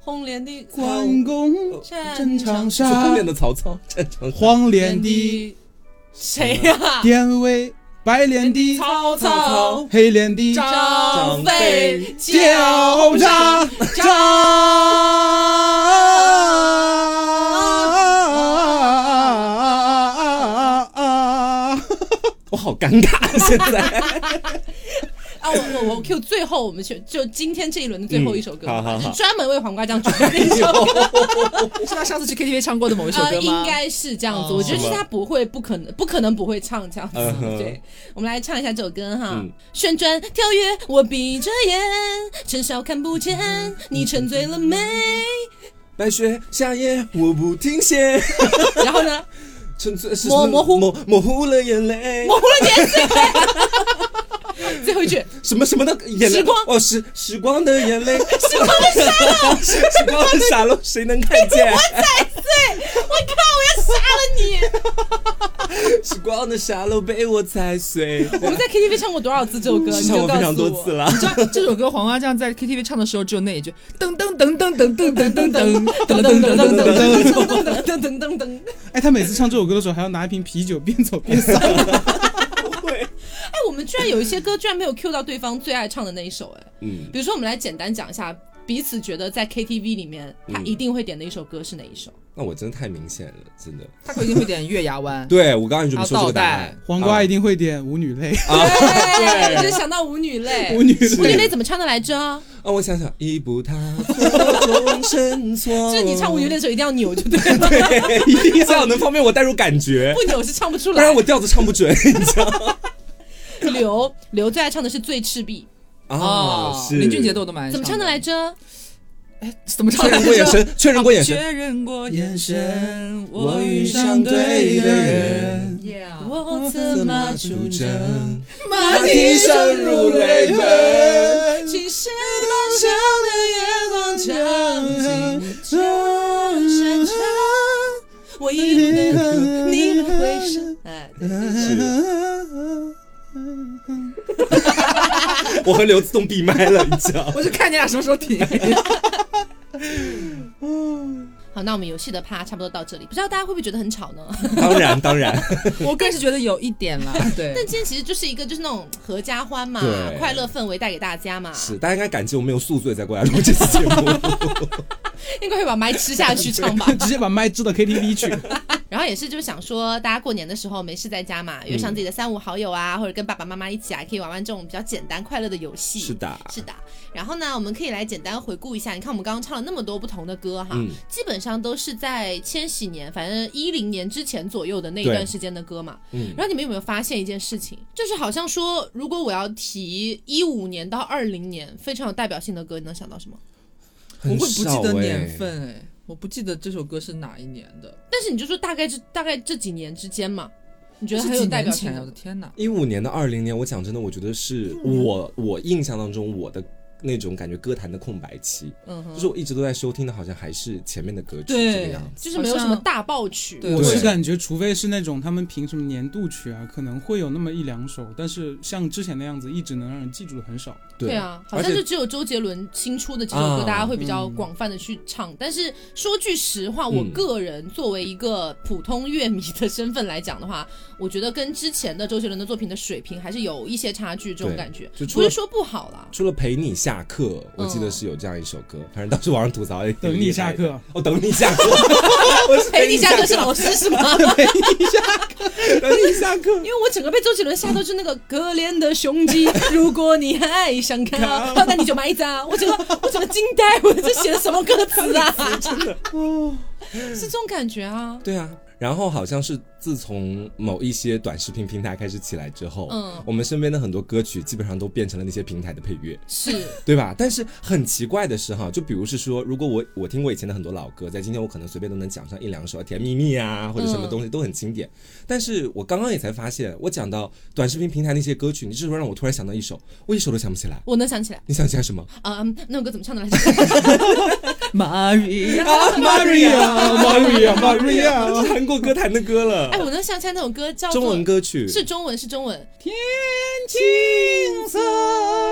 Speaker 1: 红莲 的
Speaker 4: 关公
Speaker 1: 战
Speaker 4: 战长
Speaker 2: 是后
Speaker 4: 沙
Speaker 2: 面，的曹操，战场上
Speaker 4: 黄
Speaker 1: 莲
Speaker 4: 脸的
Speaker 1: 的谁呀？
Speaker 4: 典韦，白脸的
Speaker 1: 曹
Speaker 2: 操
Speaker 1: 操、
Speaker 4: 黑脸的
Speaker 1: 张飞、
Speaker 4: 叫
Speaker 1: 张
Speaker 4: 喳喳。
Speaker 2: 我好尴尬， 现在
Speaker 1: 啊！我我我 Q 最后我们选就今天这一轮的最后一首歌，
Speaker 2: 嗯好好好
Speaker 1: 就专门为黄瓜酱准备 的一首歌，
Speaker 3: 是他上次去 KTV 唱过的某一首
Speaker 1: 呃，
Speaker 3: 歌吗？
Speaker 1: 应该是这样子。
Speaker 3: 哦
Speaker 1: 我觉得是他不会，不可能，不可能不会唱这样子。
Speaker 2: 嗯哼
Speaker 1: 对，我们来唱一下这首歌哈
Speaker 2: 嗯。
Speaker 1: 旋转跳跃，我闭着眼，趁少看不见，你沉醉了 没？
Speaker 2: 白雪夏夜，我不停歇，
Speaker 1: 然后呢，
Speaker 2: 沉醉是
Speaker 1: 模模糊
Speaker 2: 模模糊了眼泪
Speaker 1: 模，糊了 点最后最后一句，
Speaker 2: 什么什么的眼泪，
Speaker 1: 时光
Speaker 2: 哦时时光的眼泪，
Speaker 1: 时光的沙漏。
Speaker 2: 时光的傻漏，谁能看见？
Speaker 1: 我靠！我要杀了你！
Speaker 2: 时光的沙漏被我踩碎，
Speaker 1: 我们在 KTV 唱过多少次这首歌？你
Speaker 2: 唱
Speaker 1: 就
Speaker 2: 过
Speaker 1: 告
Speaker 2: 非
Speaker 1: 诉
Speaker 2: 常
Speaker 1: 我。
Speaker 2: 多次了。
Speaker 3: 你知道这首歌黄瓜酱在 KTV 唱的时候只有那一句噔噔噔噔噔噔噔噔噔噔噔噔噔噔噔。
Speaker 1: 噔噔噔噔噔！
Speaker 4: 哎，他每次唱这首歌的时候，还要拿一瓶啤酒边走边扫。
Speaker 2: 会，
Speaker 1: 哎，我们居然有一些歌居然没有 Q 到对方最爱唱的那一首，哎，
Speaker 2: 嗯，
Speaker 1: 比如说我们来简单讲一下，彼此觉得在 KTV 里面他一定会点的一首歌是哪一首？
Speaker 2: 那我真的太明显了，真的。
Speaker 3: 他一定会点月牙湾。
Speaker 2: 对我刚刚准备说这个答
Speaker 3: 还有
Speaker 2: 案
Speaker 3: 倒，
Speaker 4: 黄瓜一定会点舞女泪，
Speaker 2: 啊
Speaker 1: 对，我就想到舞女
Speaker 4: 舞
Speaker 1: 泪。
Speaker 4: 女
Speaker 1: 舞女泪
Speaker 4: 泪。
Speaker 1: 怎么唱的来着？
Speaker 2: 啊，我想想，一步踏错，深错。
Speaker 1: 就是你唱舞女泪的时候一定要扭，就对了，
Speaker 2: 对，这样能方便我带入感 觉，
Speaker 1: 不扭是唱不出
Speaker 2: 不
Speaker 1: 来
Speaker 2: 然。我调子唱不准。
Speaker 1: 流刘，刘最爱唱的是《醉赤壁
Speaker 2: 啊，
Speaker 1: 哦
Speaker 2: 是
Speaker 3: 林俊杰的我都蛮爱》，
Speaker 1: 怎么唱的来着？
Speaker 3: 怎么唱
Speaker 2: 确
Speaker 3: 的
Speaker 2: 认
Speaker 3: 来
Speaker 2: 过眼
Speaker 3: 着？
Speaker 2: 神，确认过眼神，
Speaker 3: 确认过眼神，
Speaker 4: 我
Speaker 3: 我
Speaker 4: 遇
Speaker 3: 遇
Speaker 4: 上
Speaker 3: 上
Speaker 4: 对
Speaker 3: 对
Speaker 4: 的
Speaker 3: 的
Speaker 4: 人
Speaker 3: 人。。？
Speaker 1: 我
Speaker 4: 怎
Speaker 1: 怎
Speaker 4: 么
Speaker 1: 么
Speaker 4: 出征？
Speaker 1: 马
Speaker 4: 蹄声如泪奔，
Speaker 1: 情深漫长的夜光长情深长，我一定能你不会伤。哎，
Speaker 2: 我和刘自动闭麦了，你知道
Speaker 3: 我就看你俩什么时候停。
Speaker 1: 好，那我们游戏的趴差不多到这里，不知道大家会不会觉得很吵呢？
Speaker 2: 当然，当然，
Speaker 3: 我个人是觉得有一点啦，对。
Speaker 1: 但今天其实就是一个就是那种合家欢嘛
Speaker 2: 对，
Speaker 1: 快乐氛围带给大家嘛，
Speaker 2: 是大家应该感激我没有宿醉再过来录这期节 目。
Speaker 1: 应该会把麦吃下去唱 吧。
Speaker 4: 直接把麦支到 KTV 去。
Speaker 1: 然后也是就是想说，大家过年的时候没事在家嘛，约上自己的三五好友
Speaker 2: 嗯
Speaker 1: 啊，或者跟爸爸妈妈一起啊，可以玩玩这种比较简单快乐的游戏。
Speaker 2: 是的，
Speaker 3: 啊
Speaker 1: 是的，然后呢，我们可以来简单回顾一下。你看，我们刚刚唱了那么多不同的歌哈，
Speaker 2: 嗯
Speaker 1: 基本上都是在千禧年，反正一零年之前左右的那一段时间的歌嘛。
Speaker 2: 嗯
Speaker 1: 然后你们有没有发现一件事情，就是好像说，如果我要提一五年到二零年非常有代表性的歌，你能想到什么？
Speaker 3: 我
Speaker 2: 很
Speaker 3: 会不记
Speaker 2: 少
Speaker 3: 得
Speaker 2: 哎
Speaker 3: 年。份哎，我不记得这首歌是哪一年的，
Speaker 1: 但是你就说大概这大概这几年之间嘛，你觉
Speaker 3: 觉
Speaker 1: 得很
Speaker 3: 得很
Speaker 1: 有
Speaker 3: 有
Speaker 1: 代
Speaker 3: 代
Speaker 1: 表
Speaker 3: 表
Speaker 1: 性
Speaker 3: 性。
Speaker 1: 的
Speaker 3: 我的天哪！
Speaker 2: 一五年的二零年，我讲真的，我觉得是我
Speaker 3: 嗯
Speaker 2: 我印象当中我的那种感觉歌坛的空白期，
Speaker 1: 嗯哼，
Speaker 2: 就是我一直都在收听的，好像还是前面的歌曲
Speaker 3: 对
Speaker 2: 这个样子。
Speaker 1: 就是没有什么大爆曲。
Speaker 3: 对
Speaker 4: 我
Speaker 2: 对
Speaker 4: 是感觉，除非是那种他们评什么年度曲啊，可能会有那么一两首，但是像之前那样子，一直能让人记住的很少。
Speaker 1: 对啊，好
Speaker 2: 而
Speaker 1: 像
Speaker 2: 且
Speaker 1: 就只有周杰伦新出的几首歌，
Speaker 2: 啊
Speaker 1: 大家会比较
Speaker 4: 嗯
Speaker 1: 广泛的去唱。但是说句实话，我
Speaker 2: 嗯
Speaker 1: 个人作为一个普通乐迷的身份来讲的话，我觉得跟之前的周杰伦的作品的水平还是有一些差距，这种
Speaker 2: 对
Speaker 1: 感觉
Speaker 2: 就除
Speaker 1: 不
Speaker 2: 了
Speaker 1: 是说不好 啦。
Speaker 2: 除了陪你下课，
Speaker 1: 嗯
Speaker 2: 我记得是有这样一首歌，反正当时网上吐槽也挺
Speaker 4: 等
Speaker 2: 厉
Speaker 4: 你
Speaker 2: 害
Speaker 4: 下
Speaker 2: 的，
Speaker 4: 课，
Speaker 2: 哦，等你下课， 我是
Speaker 1: 陪你下课是
Speaker 2: 课，
Speaker 1: 老师是吗？
Speaker 2: 等你下课
Speaker 1: 因，为我整个被周杰伦吓到，就是那个可怜的胸 肌，如果你还想看，哦那你就埋葬。我整个我整个惊呆，我这写的什么歌词啊？ 真的，是这种感觉啊。
Speaker 2: 对啊。然后好像是自从某一些短视频平台开始起来之后，
Speaker 1: 嗯
Speaker 2: 我们身边的很多歌曲基本上都变成了那些平台的配乐，
Speaker 1: 是，
Speaker 2: 对吧？但是很奇怪的是哈，就比如是说，如果我我听过以前的很多老歌，在今天我可能随便都能讲上一两首《甜蜜蜜》啊，或者什么东西都很经典。但是我刚刚也才发现，我讲到短视频平台那些歌曲，你这时候让我突然想到一首，我一首都想不起来。
Speaker 1: 我能想起来。
Speaker 2: 你想起来什 么？
Speaker 1: 啊、嗯，那首歌怎么唱的来着？
Speaker 3: 玛丽亚，
Speaker 2: 这
Speaker 4: Maria，Maria，Maria，
Speaker 2: 是韩国歌坛的歌
Speaker 1: 哎，
Speaker 2: 了，
Speaker 1: 我能想起来那首歌叫做
Speaker 2: 中文 歌曲
Speaker 1: 是中文是中文，
Speaker 4: 天青色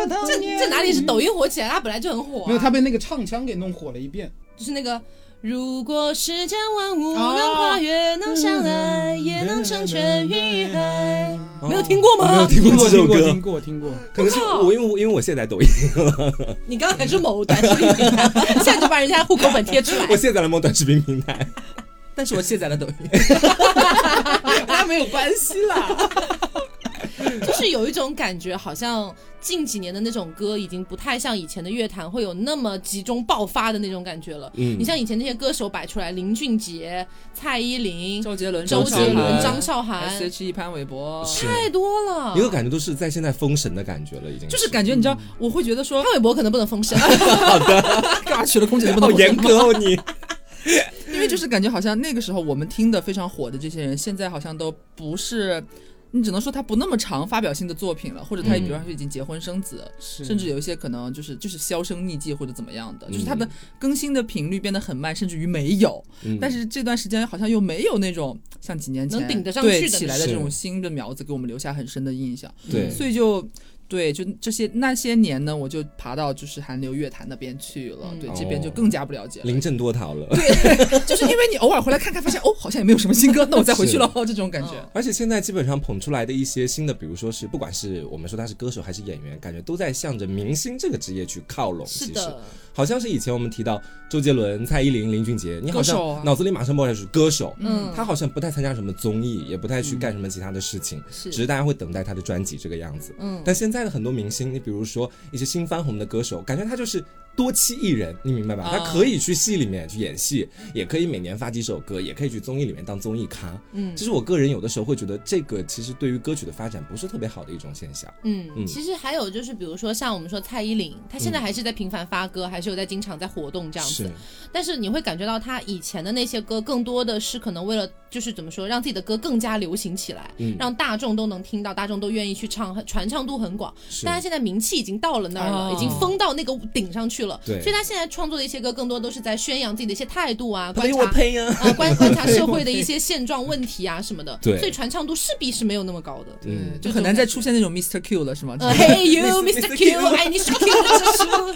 Speaker 4: 的
Speaker 1: 这这哪里是抖音火起来？它本来就很火、啊。
Speaker 4: 没有，他被那个唱腔给弄火了一遍。
Speaker 1: 就是那个。如果世间万物
Speaker 4: 哦
Speaker 1: 能跨越，能相爱，也能成全云与海。
Speaker 2: 哦
Speaker 1: 没有听过吗
Speaker 2: 我没有听过这首
Speaker 4: 听过，
Speaker 2: 歌
Speaker 4: 听，过，听过。
Speaker 2: 可能是
Speaker 1: 我靠
Speaker 2: 我因为我因为我卸载抖音，
Speaker 1: 你刚才是某短视频平台，现在就把人家户口本贴出来
Speaker 2: 我。卸呃载了某短视频平台。
Speaker 3: 但是我卸载了抖音，那没有关系啦。
Speaker 1: 就是有一种感觉，好像近几年的那种歌已经不太像以前的乐坛会有那么集中爆发的那种感觉了。
Speaker 2: 嗯
Speaker 1: 你像以前那些歌手摆出来，林俊杰、蔡依林、
Speaker 3: 周杰伦、
Speaker 1: 周
Speaker 2: 杰
Speaker 1: 杰伦、
Speaker 2: 伦
Speaker 1: 张韶涵，
Speaker 3: S.H.E、潘玮柏，
Speaker 2: 是
Speaker 1: 太多了。
Speaker 2: 一个感觉都是在现在封神的感觉了，已经
Speaker 3: 就是感觉你知道，我会 觉得说
Speaker 1: 潘玮柏可能不能封 神，
Speaker 3: 干嘛娶了空姐就不
Speaker 2: 好
Speaker 3: 能
Speaker 2: 严格哦 你。
Speaker 3: 因为就是感觉好像那个时候我们听的非常火的这些人，现在好像都不是，你只能说他不那么长发表性的作品了，或者他
Speaker 2: 嗯
Speaker 3: 比方说已经结婚生子，
Speaker 4: 是
Speaker 3: 甚至有一些可能就是就是销声匿迹或者怎么样的，
Speaker 2: 嗯
Speaker 3: 就是他们更新的频率变得很慢，甚至于没有。
Speaker 2: 嗯
Speaker 3: 但是这段时间好像又没有那种像几年前
Speaker 1: 能顶得上去的
Speaker 3: 对起来的
Speaker 2: 是
Speaker 3: 这种新的苗子，给我们留下很深的印象。
Speaker 2: 对
Speaker 3: 所以就对，就这些那些年呢，我就爬到就是韩流乐坛那边去了，
Speaker 1: 嗯
Speaker 3: 对这边就
Speaker 2: 哦
Speaker 3: 更加不了解了。
Speaker 2: 临阵脱逃了。
Speaker 3: 就是因为你偶尔回来看看，发现哦，好像也没有什么新歌， 那我再回去了，哦这种感觉
Speaker 1: 嗯。
Speaker 2: 而且现在基本上捧出来的一些新的，比如说是不管是我们说他是歌手还是演员，感觉都在向着明星这个职业去靠拢。
Speaker 1: 是
Speaker 2: 其实
Speaker 1: 的，
Speaker 2: 好像是以前我们提到周杰伦、蔡依林、林俊杰，你好
Speaker 3: 歌手啊
Speaker 2: 像脑子里马上冒出来是歌手，
Speaker 1: 嗯，
Speaker 2: 他好像不太参加什么综艺，也不太去干什么其他的事情，
Speaker 1: 是
Speaker 2: 只是大家会等待他的专辑这个样子。
Speaker 1: 嗯，
Speaker 2: 但现在的很多明星，你比如说一些新翻红的歌手，感觉他就是多栖艺人，你明白吧？
Speaker 3: 啊
Speaker 2: 他可以去戏里面去演戏，也可以每年发几首歌，也可以去综艺里面当综艺咖。
Speaker 1: 嗯
Speaker 2: 这是我个人有的时候会觉得，这个其实对于歌曲的发展不是特别好的一种现象。嗯嗯
Speaker 1: 嗯，其实还有就是，比如说像我们说蔡依林，她现在还是在频繁发歌，还是有在经常在活动这样子
Speaker 2: 是。，
Speaker 1: 但是你会感觉到她以前的那些歌，更多的是可能为了就是怎么说，让自己的歌更加流行起来，
Speaker 2: 嗯，
Speaker 1: 让大众都能听到，大众都愿意去唱，很传唱度很广。
Speaker 2: 是
Speaker 1: 但她现在名气已经到了那儿了，
Speaker 3: 哦
Speaker 1: 已经疯到那个顶上去了。
Speaker 2: 对
Speaker 1: 所以她现在创作的一些歌，更多都是在宣扬自己的一些态度啊，
Speaker 2: 他
Speaker 1: 观
Speaker 2: 给我
Speaker 1: 察。
Speaker 2: 配呀、
Speaker 1: 啊，观观察社会的一些现状问题啊什么的，
Speaker 2: 对
Speaker 1: 所以传唱度势必是没有那么高的。
Speaker 2: 嗯，
Speaker 3: 就很难再出现那种 Mr. Q 了，是吗？
Speaker 1: 呃，Hey you,
Speaker 2: 类似
Speaker 1: Mr.
Speaker 2: Mr.
Speaker 1: Q，
Speaker 2: Q
Speaker 1: 爱你是 Q 的指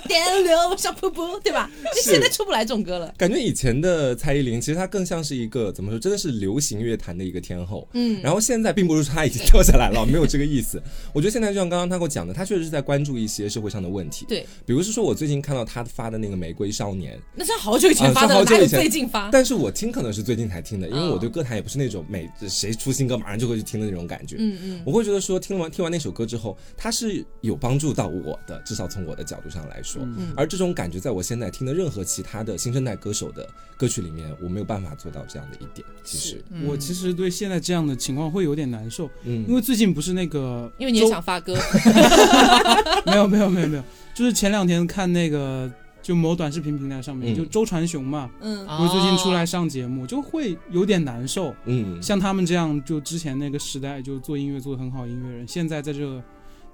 Speaker 1: 数，电流小瀑布，对吧？就是现在出不来这种歌了。
Speaker 2: 感觉以前的蔡依林其实她更像是一个怎么说，真的是流行乐坛的一个天后。
Speaker 1: 嗯，
Speaker 2: 然后现在并不是说她已经掉下来了，没有这个 意思。我觉得现在就像刚刚她给我讲的，她确实是在关注一些社会上的问题。
Speaker 1: 对，
Speaker 2: 比如是说我最近看到她发的那个《玫瑰少年》，
Speaker 1: 那是好久以前
Speaker 2: 啊
Speaker 1: 发的
Speaker 2: 是
Speaker 1: 了，
Speaker 2: 好久
Speaker 1: 哪有
Speaker 2: 以前
Speaker 1: 最近发？
Speaker 2: 但是我听可能是最近才听的，因为
Speaker 1: 啊哦
Speaker 2: 我对歌坛也不是那种每谁出新歌马上就会去听的那种感觉。
Speaker 1: 嗯嗯，
Speaker 2: 我会觉得说，听完听完那首歌之后，它是有帮助到我的，至少从我的角度上来说。
Speaker 1: 嗯
Speaker 2: 而这种感觉，在我现在听的任何其他的新生代歌手的歌曲里面，我没有办法做到这样的一点。其实
Speaker 1: 是，嗯
Speaker 4: 我其实对现在这样的情况会有点难受，
Speaker 2: 嗯，
Speaker 4: 因为最近不是那个
Speaker 1: 因
Speaker 4: 周，
Speaker 1: 为你也想发歌，
Speaker 4: 没有没有没有没有，就是前两天看那个就某短视频平台上面，
Speaker 2: 嗯
Speaker 4: 就周传雄嘛，
Speaker 1: 嗯，
Speaker 4: 不是最近出来上节目，就会有点难受。
Speaker 2: 嗯，
Speaker 4: 像他们这样，就之前那个时代就做音乐做得很好的音乐人，现在在这个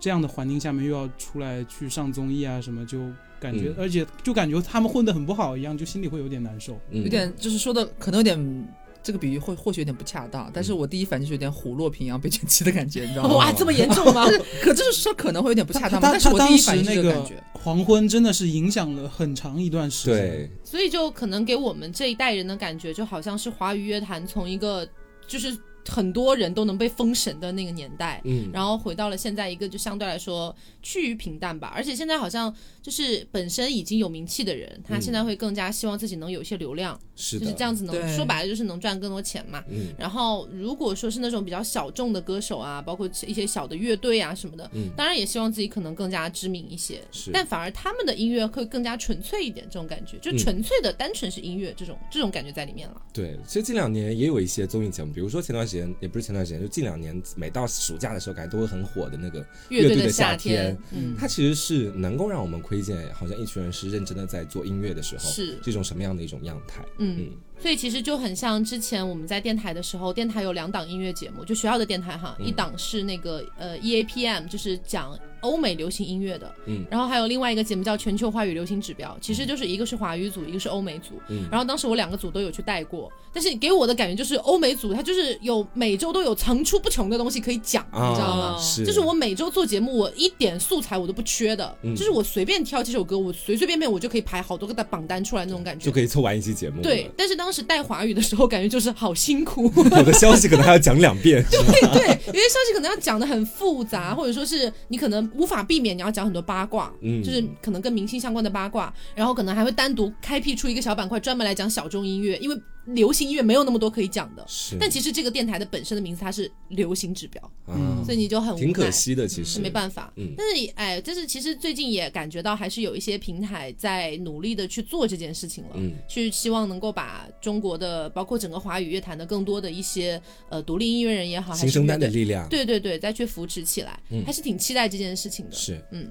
Speaker 4: 这样的环境下面又要出来去上综艺啊什么，就感觉、
Speaker 2: 嗯
Speaker 4: 而且就感觉他们混得很不好一样，就心里会有点难受。
Speaker 2: 嗯
Speaker 3: 有点就是说的可能有点。这个比喻或或许有点不恰当，但是我第一反应就是有点虎落平阳被犬欺的感觉，你知
Speaker 2: 哦
Speaker 3: 道吗？
Speaker 1: 哇，这么严重吗？
Speaker 3: 可就是说可能会有点不恰当吧，
Speaker 4: 他
Speaker 3: 但是
Speaker 4: 他
Speaker 3: 我第
Speaker 4: 当
Speaker 3: 一反
Speaker 4: 时
Speaker 3: 应是
Speaker 4: 那
Speaker 3: 这个
Speaker 4: 个
Speaker 3: 感觉。
Speaker 4: 黄昏真的是影响了很长一段时间。
Speaker 2: 对，
Speaker 1: 所以就可能给我们这一代人的感觉，就好像是华语乐坛从一个就是很多人都能被封神的那个年代，
Speaker 2: 嗯，
Speaker 1: 然后回到了现在一个就相对来说趋于平淡吧，而且现在好像就是本身已经有名气的人，他
Speaker 2: 嗯
Speaker 1: 现在会更加希望自己能有一些流量，
Speaker 2: 是
Speaker 1: 就
Speaker 2: 的，
Speaker 1: 是这样子能
Speaker 3: 对
Speaker 1: 说白了就是能赚更多钱嘛。
Speaker 2: 嗯
Speaker 1: 然后如果说是那种比较小众的歌手啊，包括一些小的乐队啊什么的，
Speaker 2: 嗯，
Speaker 1: 当然也希望自己可能更加知名一些，
Speaker 2: 是，
Speaker 1: 但反而他们的音乐会更加纯粹一点，这种感觉就
Speaker 2: 嗯
Speaker 1: 纯粹的单纯是音乐这种这种感觉在里面了。
Speaker 2: 对，其实近两年也有一些综艺节目，比如说前段时间，也不是前段时间，就近两年，每到暑假的时候，感觉都会很火的那个，乐队
Speaker 1: 队
Speaker 2: 的夏
Speaker 1: 夏
Speaker 2: 天，
Speaker 1: 嗯，
Speaker 2: 它其实是能够让我们窥见，好像一群人是认真的在做音乐的时候，
Speaker 1: 是
Speaker 2: 这种什么样的一种样态。
Speaker 1: 嗯，
Speaker 2: 嗯
Speaker 1: 所以其实就很像之前我们在电台的时候，电台有两档音乐节目，就学校的电台哈，
Speaker 2: 嗯
Speaker 1: 一档是那个呃 EAPM，就是讲欧美流行音乐的，
Speaker 2: 嗯
Speaker 1: 然后还有另外一个节目叫全球华语流行指标，其实就是一个是华语组，一个是欧美组。
Speaker 2: 嗯，
Speaker 1: 然后当时我两个组都有去带过，但是给我的感觉就是欧美组它就是有每周都有层出不穷的东西可以讲，你知道吗？
Speaker 2: 啊，是，
Speaker 1: 就是我每周做节目，我一点素材我都不缺的，
Speaker 2: 嗯
Speaker 1: 就是我随便挑几首歌，我随随便便我就可以排好多个的榜单出来那种感觉
Speaker 2: 就。可以凑完一期节目了。
Speaker 1: 对，但是当时带华语的时候，感觉就是好辛 苦。
Speaker 2: 有的消息可能还要讲两 遍。
Speaker 1: 对，有些消息可能要讲的很复杂，或者说是你可能无法避免，你要讲很多八卦，
Speaker 2: 嗯
Speaker 1: 就是可能跟明星相关的八卦，然后可能还会单独开辟出一个小板块专门来讲小众音乐，因为流行音乐没有那么多可以讲的。
Speaker 2: 是，
Speaker 1: 但其实这个电台的本身的名字它是流行指标，
Speaker 2: 啊
Speaker 1: 嗯所，以你就很无
Speaker 2: 挺可
Speaker 1: 奈
Speaker 2: 惜的，其实
Speaker 1: 是没办法。
Speaker 2: 嗯
Speaker 1: 但是哎，但是其实最近也感觉到还是有一些平台在努力的去做这件事情了。
Speaker 2: 嗯
Speaker 1: 去希望能够把中国的，包括整个华语乐坛的更多的一些呃独立音乐人也好，还
Speaker 2: 新
Speaker 1: 是
Speaker 2: 生代的
Speaker 1: 乐队
Speaker 2: 力量。，
Speaker 1: 对对对，再去扶持起来，
Speaker 2: 嗯
Speaker 1: 还是挺期待这件事情的。
Speaker 2: 是，
Speaker 1: 嗯，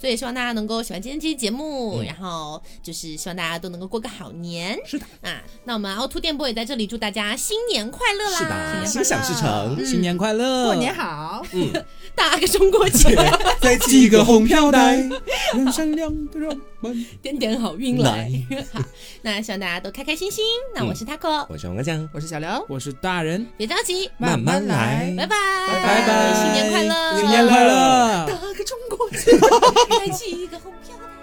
Speaker 1: 所以希望大家能够喜欢今天这期节目，
Speaker 2: 嗯
Speaker 1: 然后就是希望大家都能够过个好年。是的啊，那我们凹凸电波也在这里祝大家新年快乐
Speaker 2: 是
Speaker 1: 啦！
Speaker 2: 的，心想事成。
Speaker 4: 新年快
Speaker 3: 嗯
Speaker 4: 乐，
Speaker 3: 过年好，
Speaker 4: 呃
Speaker 1: 大个中国结，
Speaker 4: 再系个 红飘带，人善良 的人们。
Speaker 1: 点点好运来。好，那希望大家都开开心心。那我是 Taco，、
Speaker 2: 我是王刚江，
Speaker 3: 我是小刘，
Speaker 4: 我是大人，
Speaker 1: 别着急，
Speaker 2: 慢慢来
Speaker 3: 嗯
Speaker 1: 拜拜，
Speaker 4: 拜拜，
Speaker 1: 新年快乐，
Speaker 4: 新年快
Speaker 1: 打
Speaker 4: 乐。
Speaker 1: 个中国结，开启一个红飘带。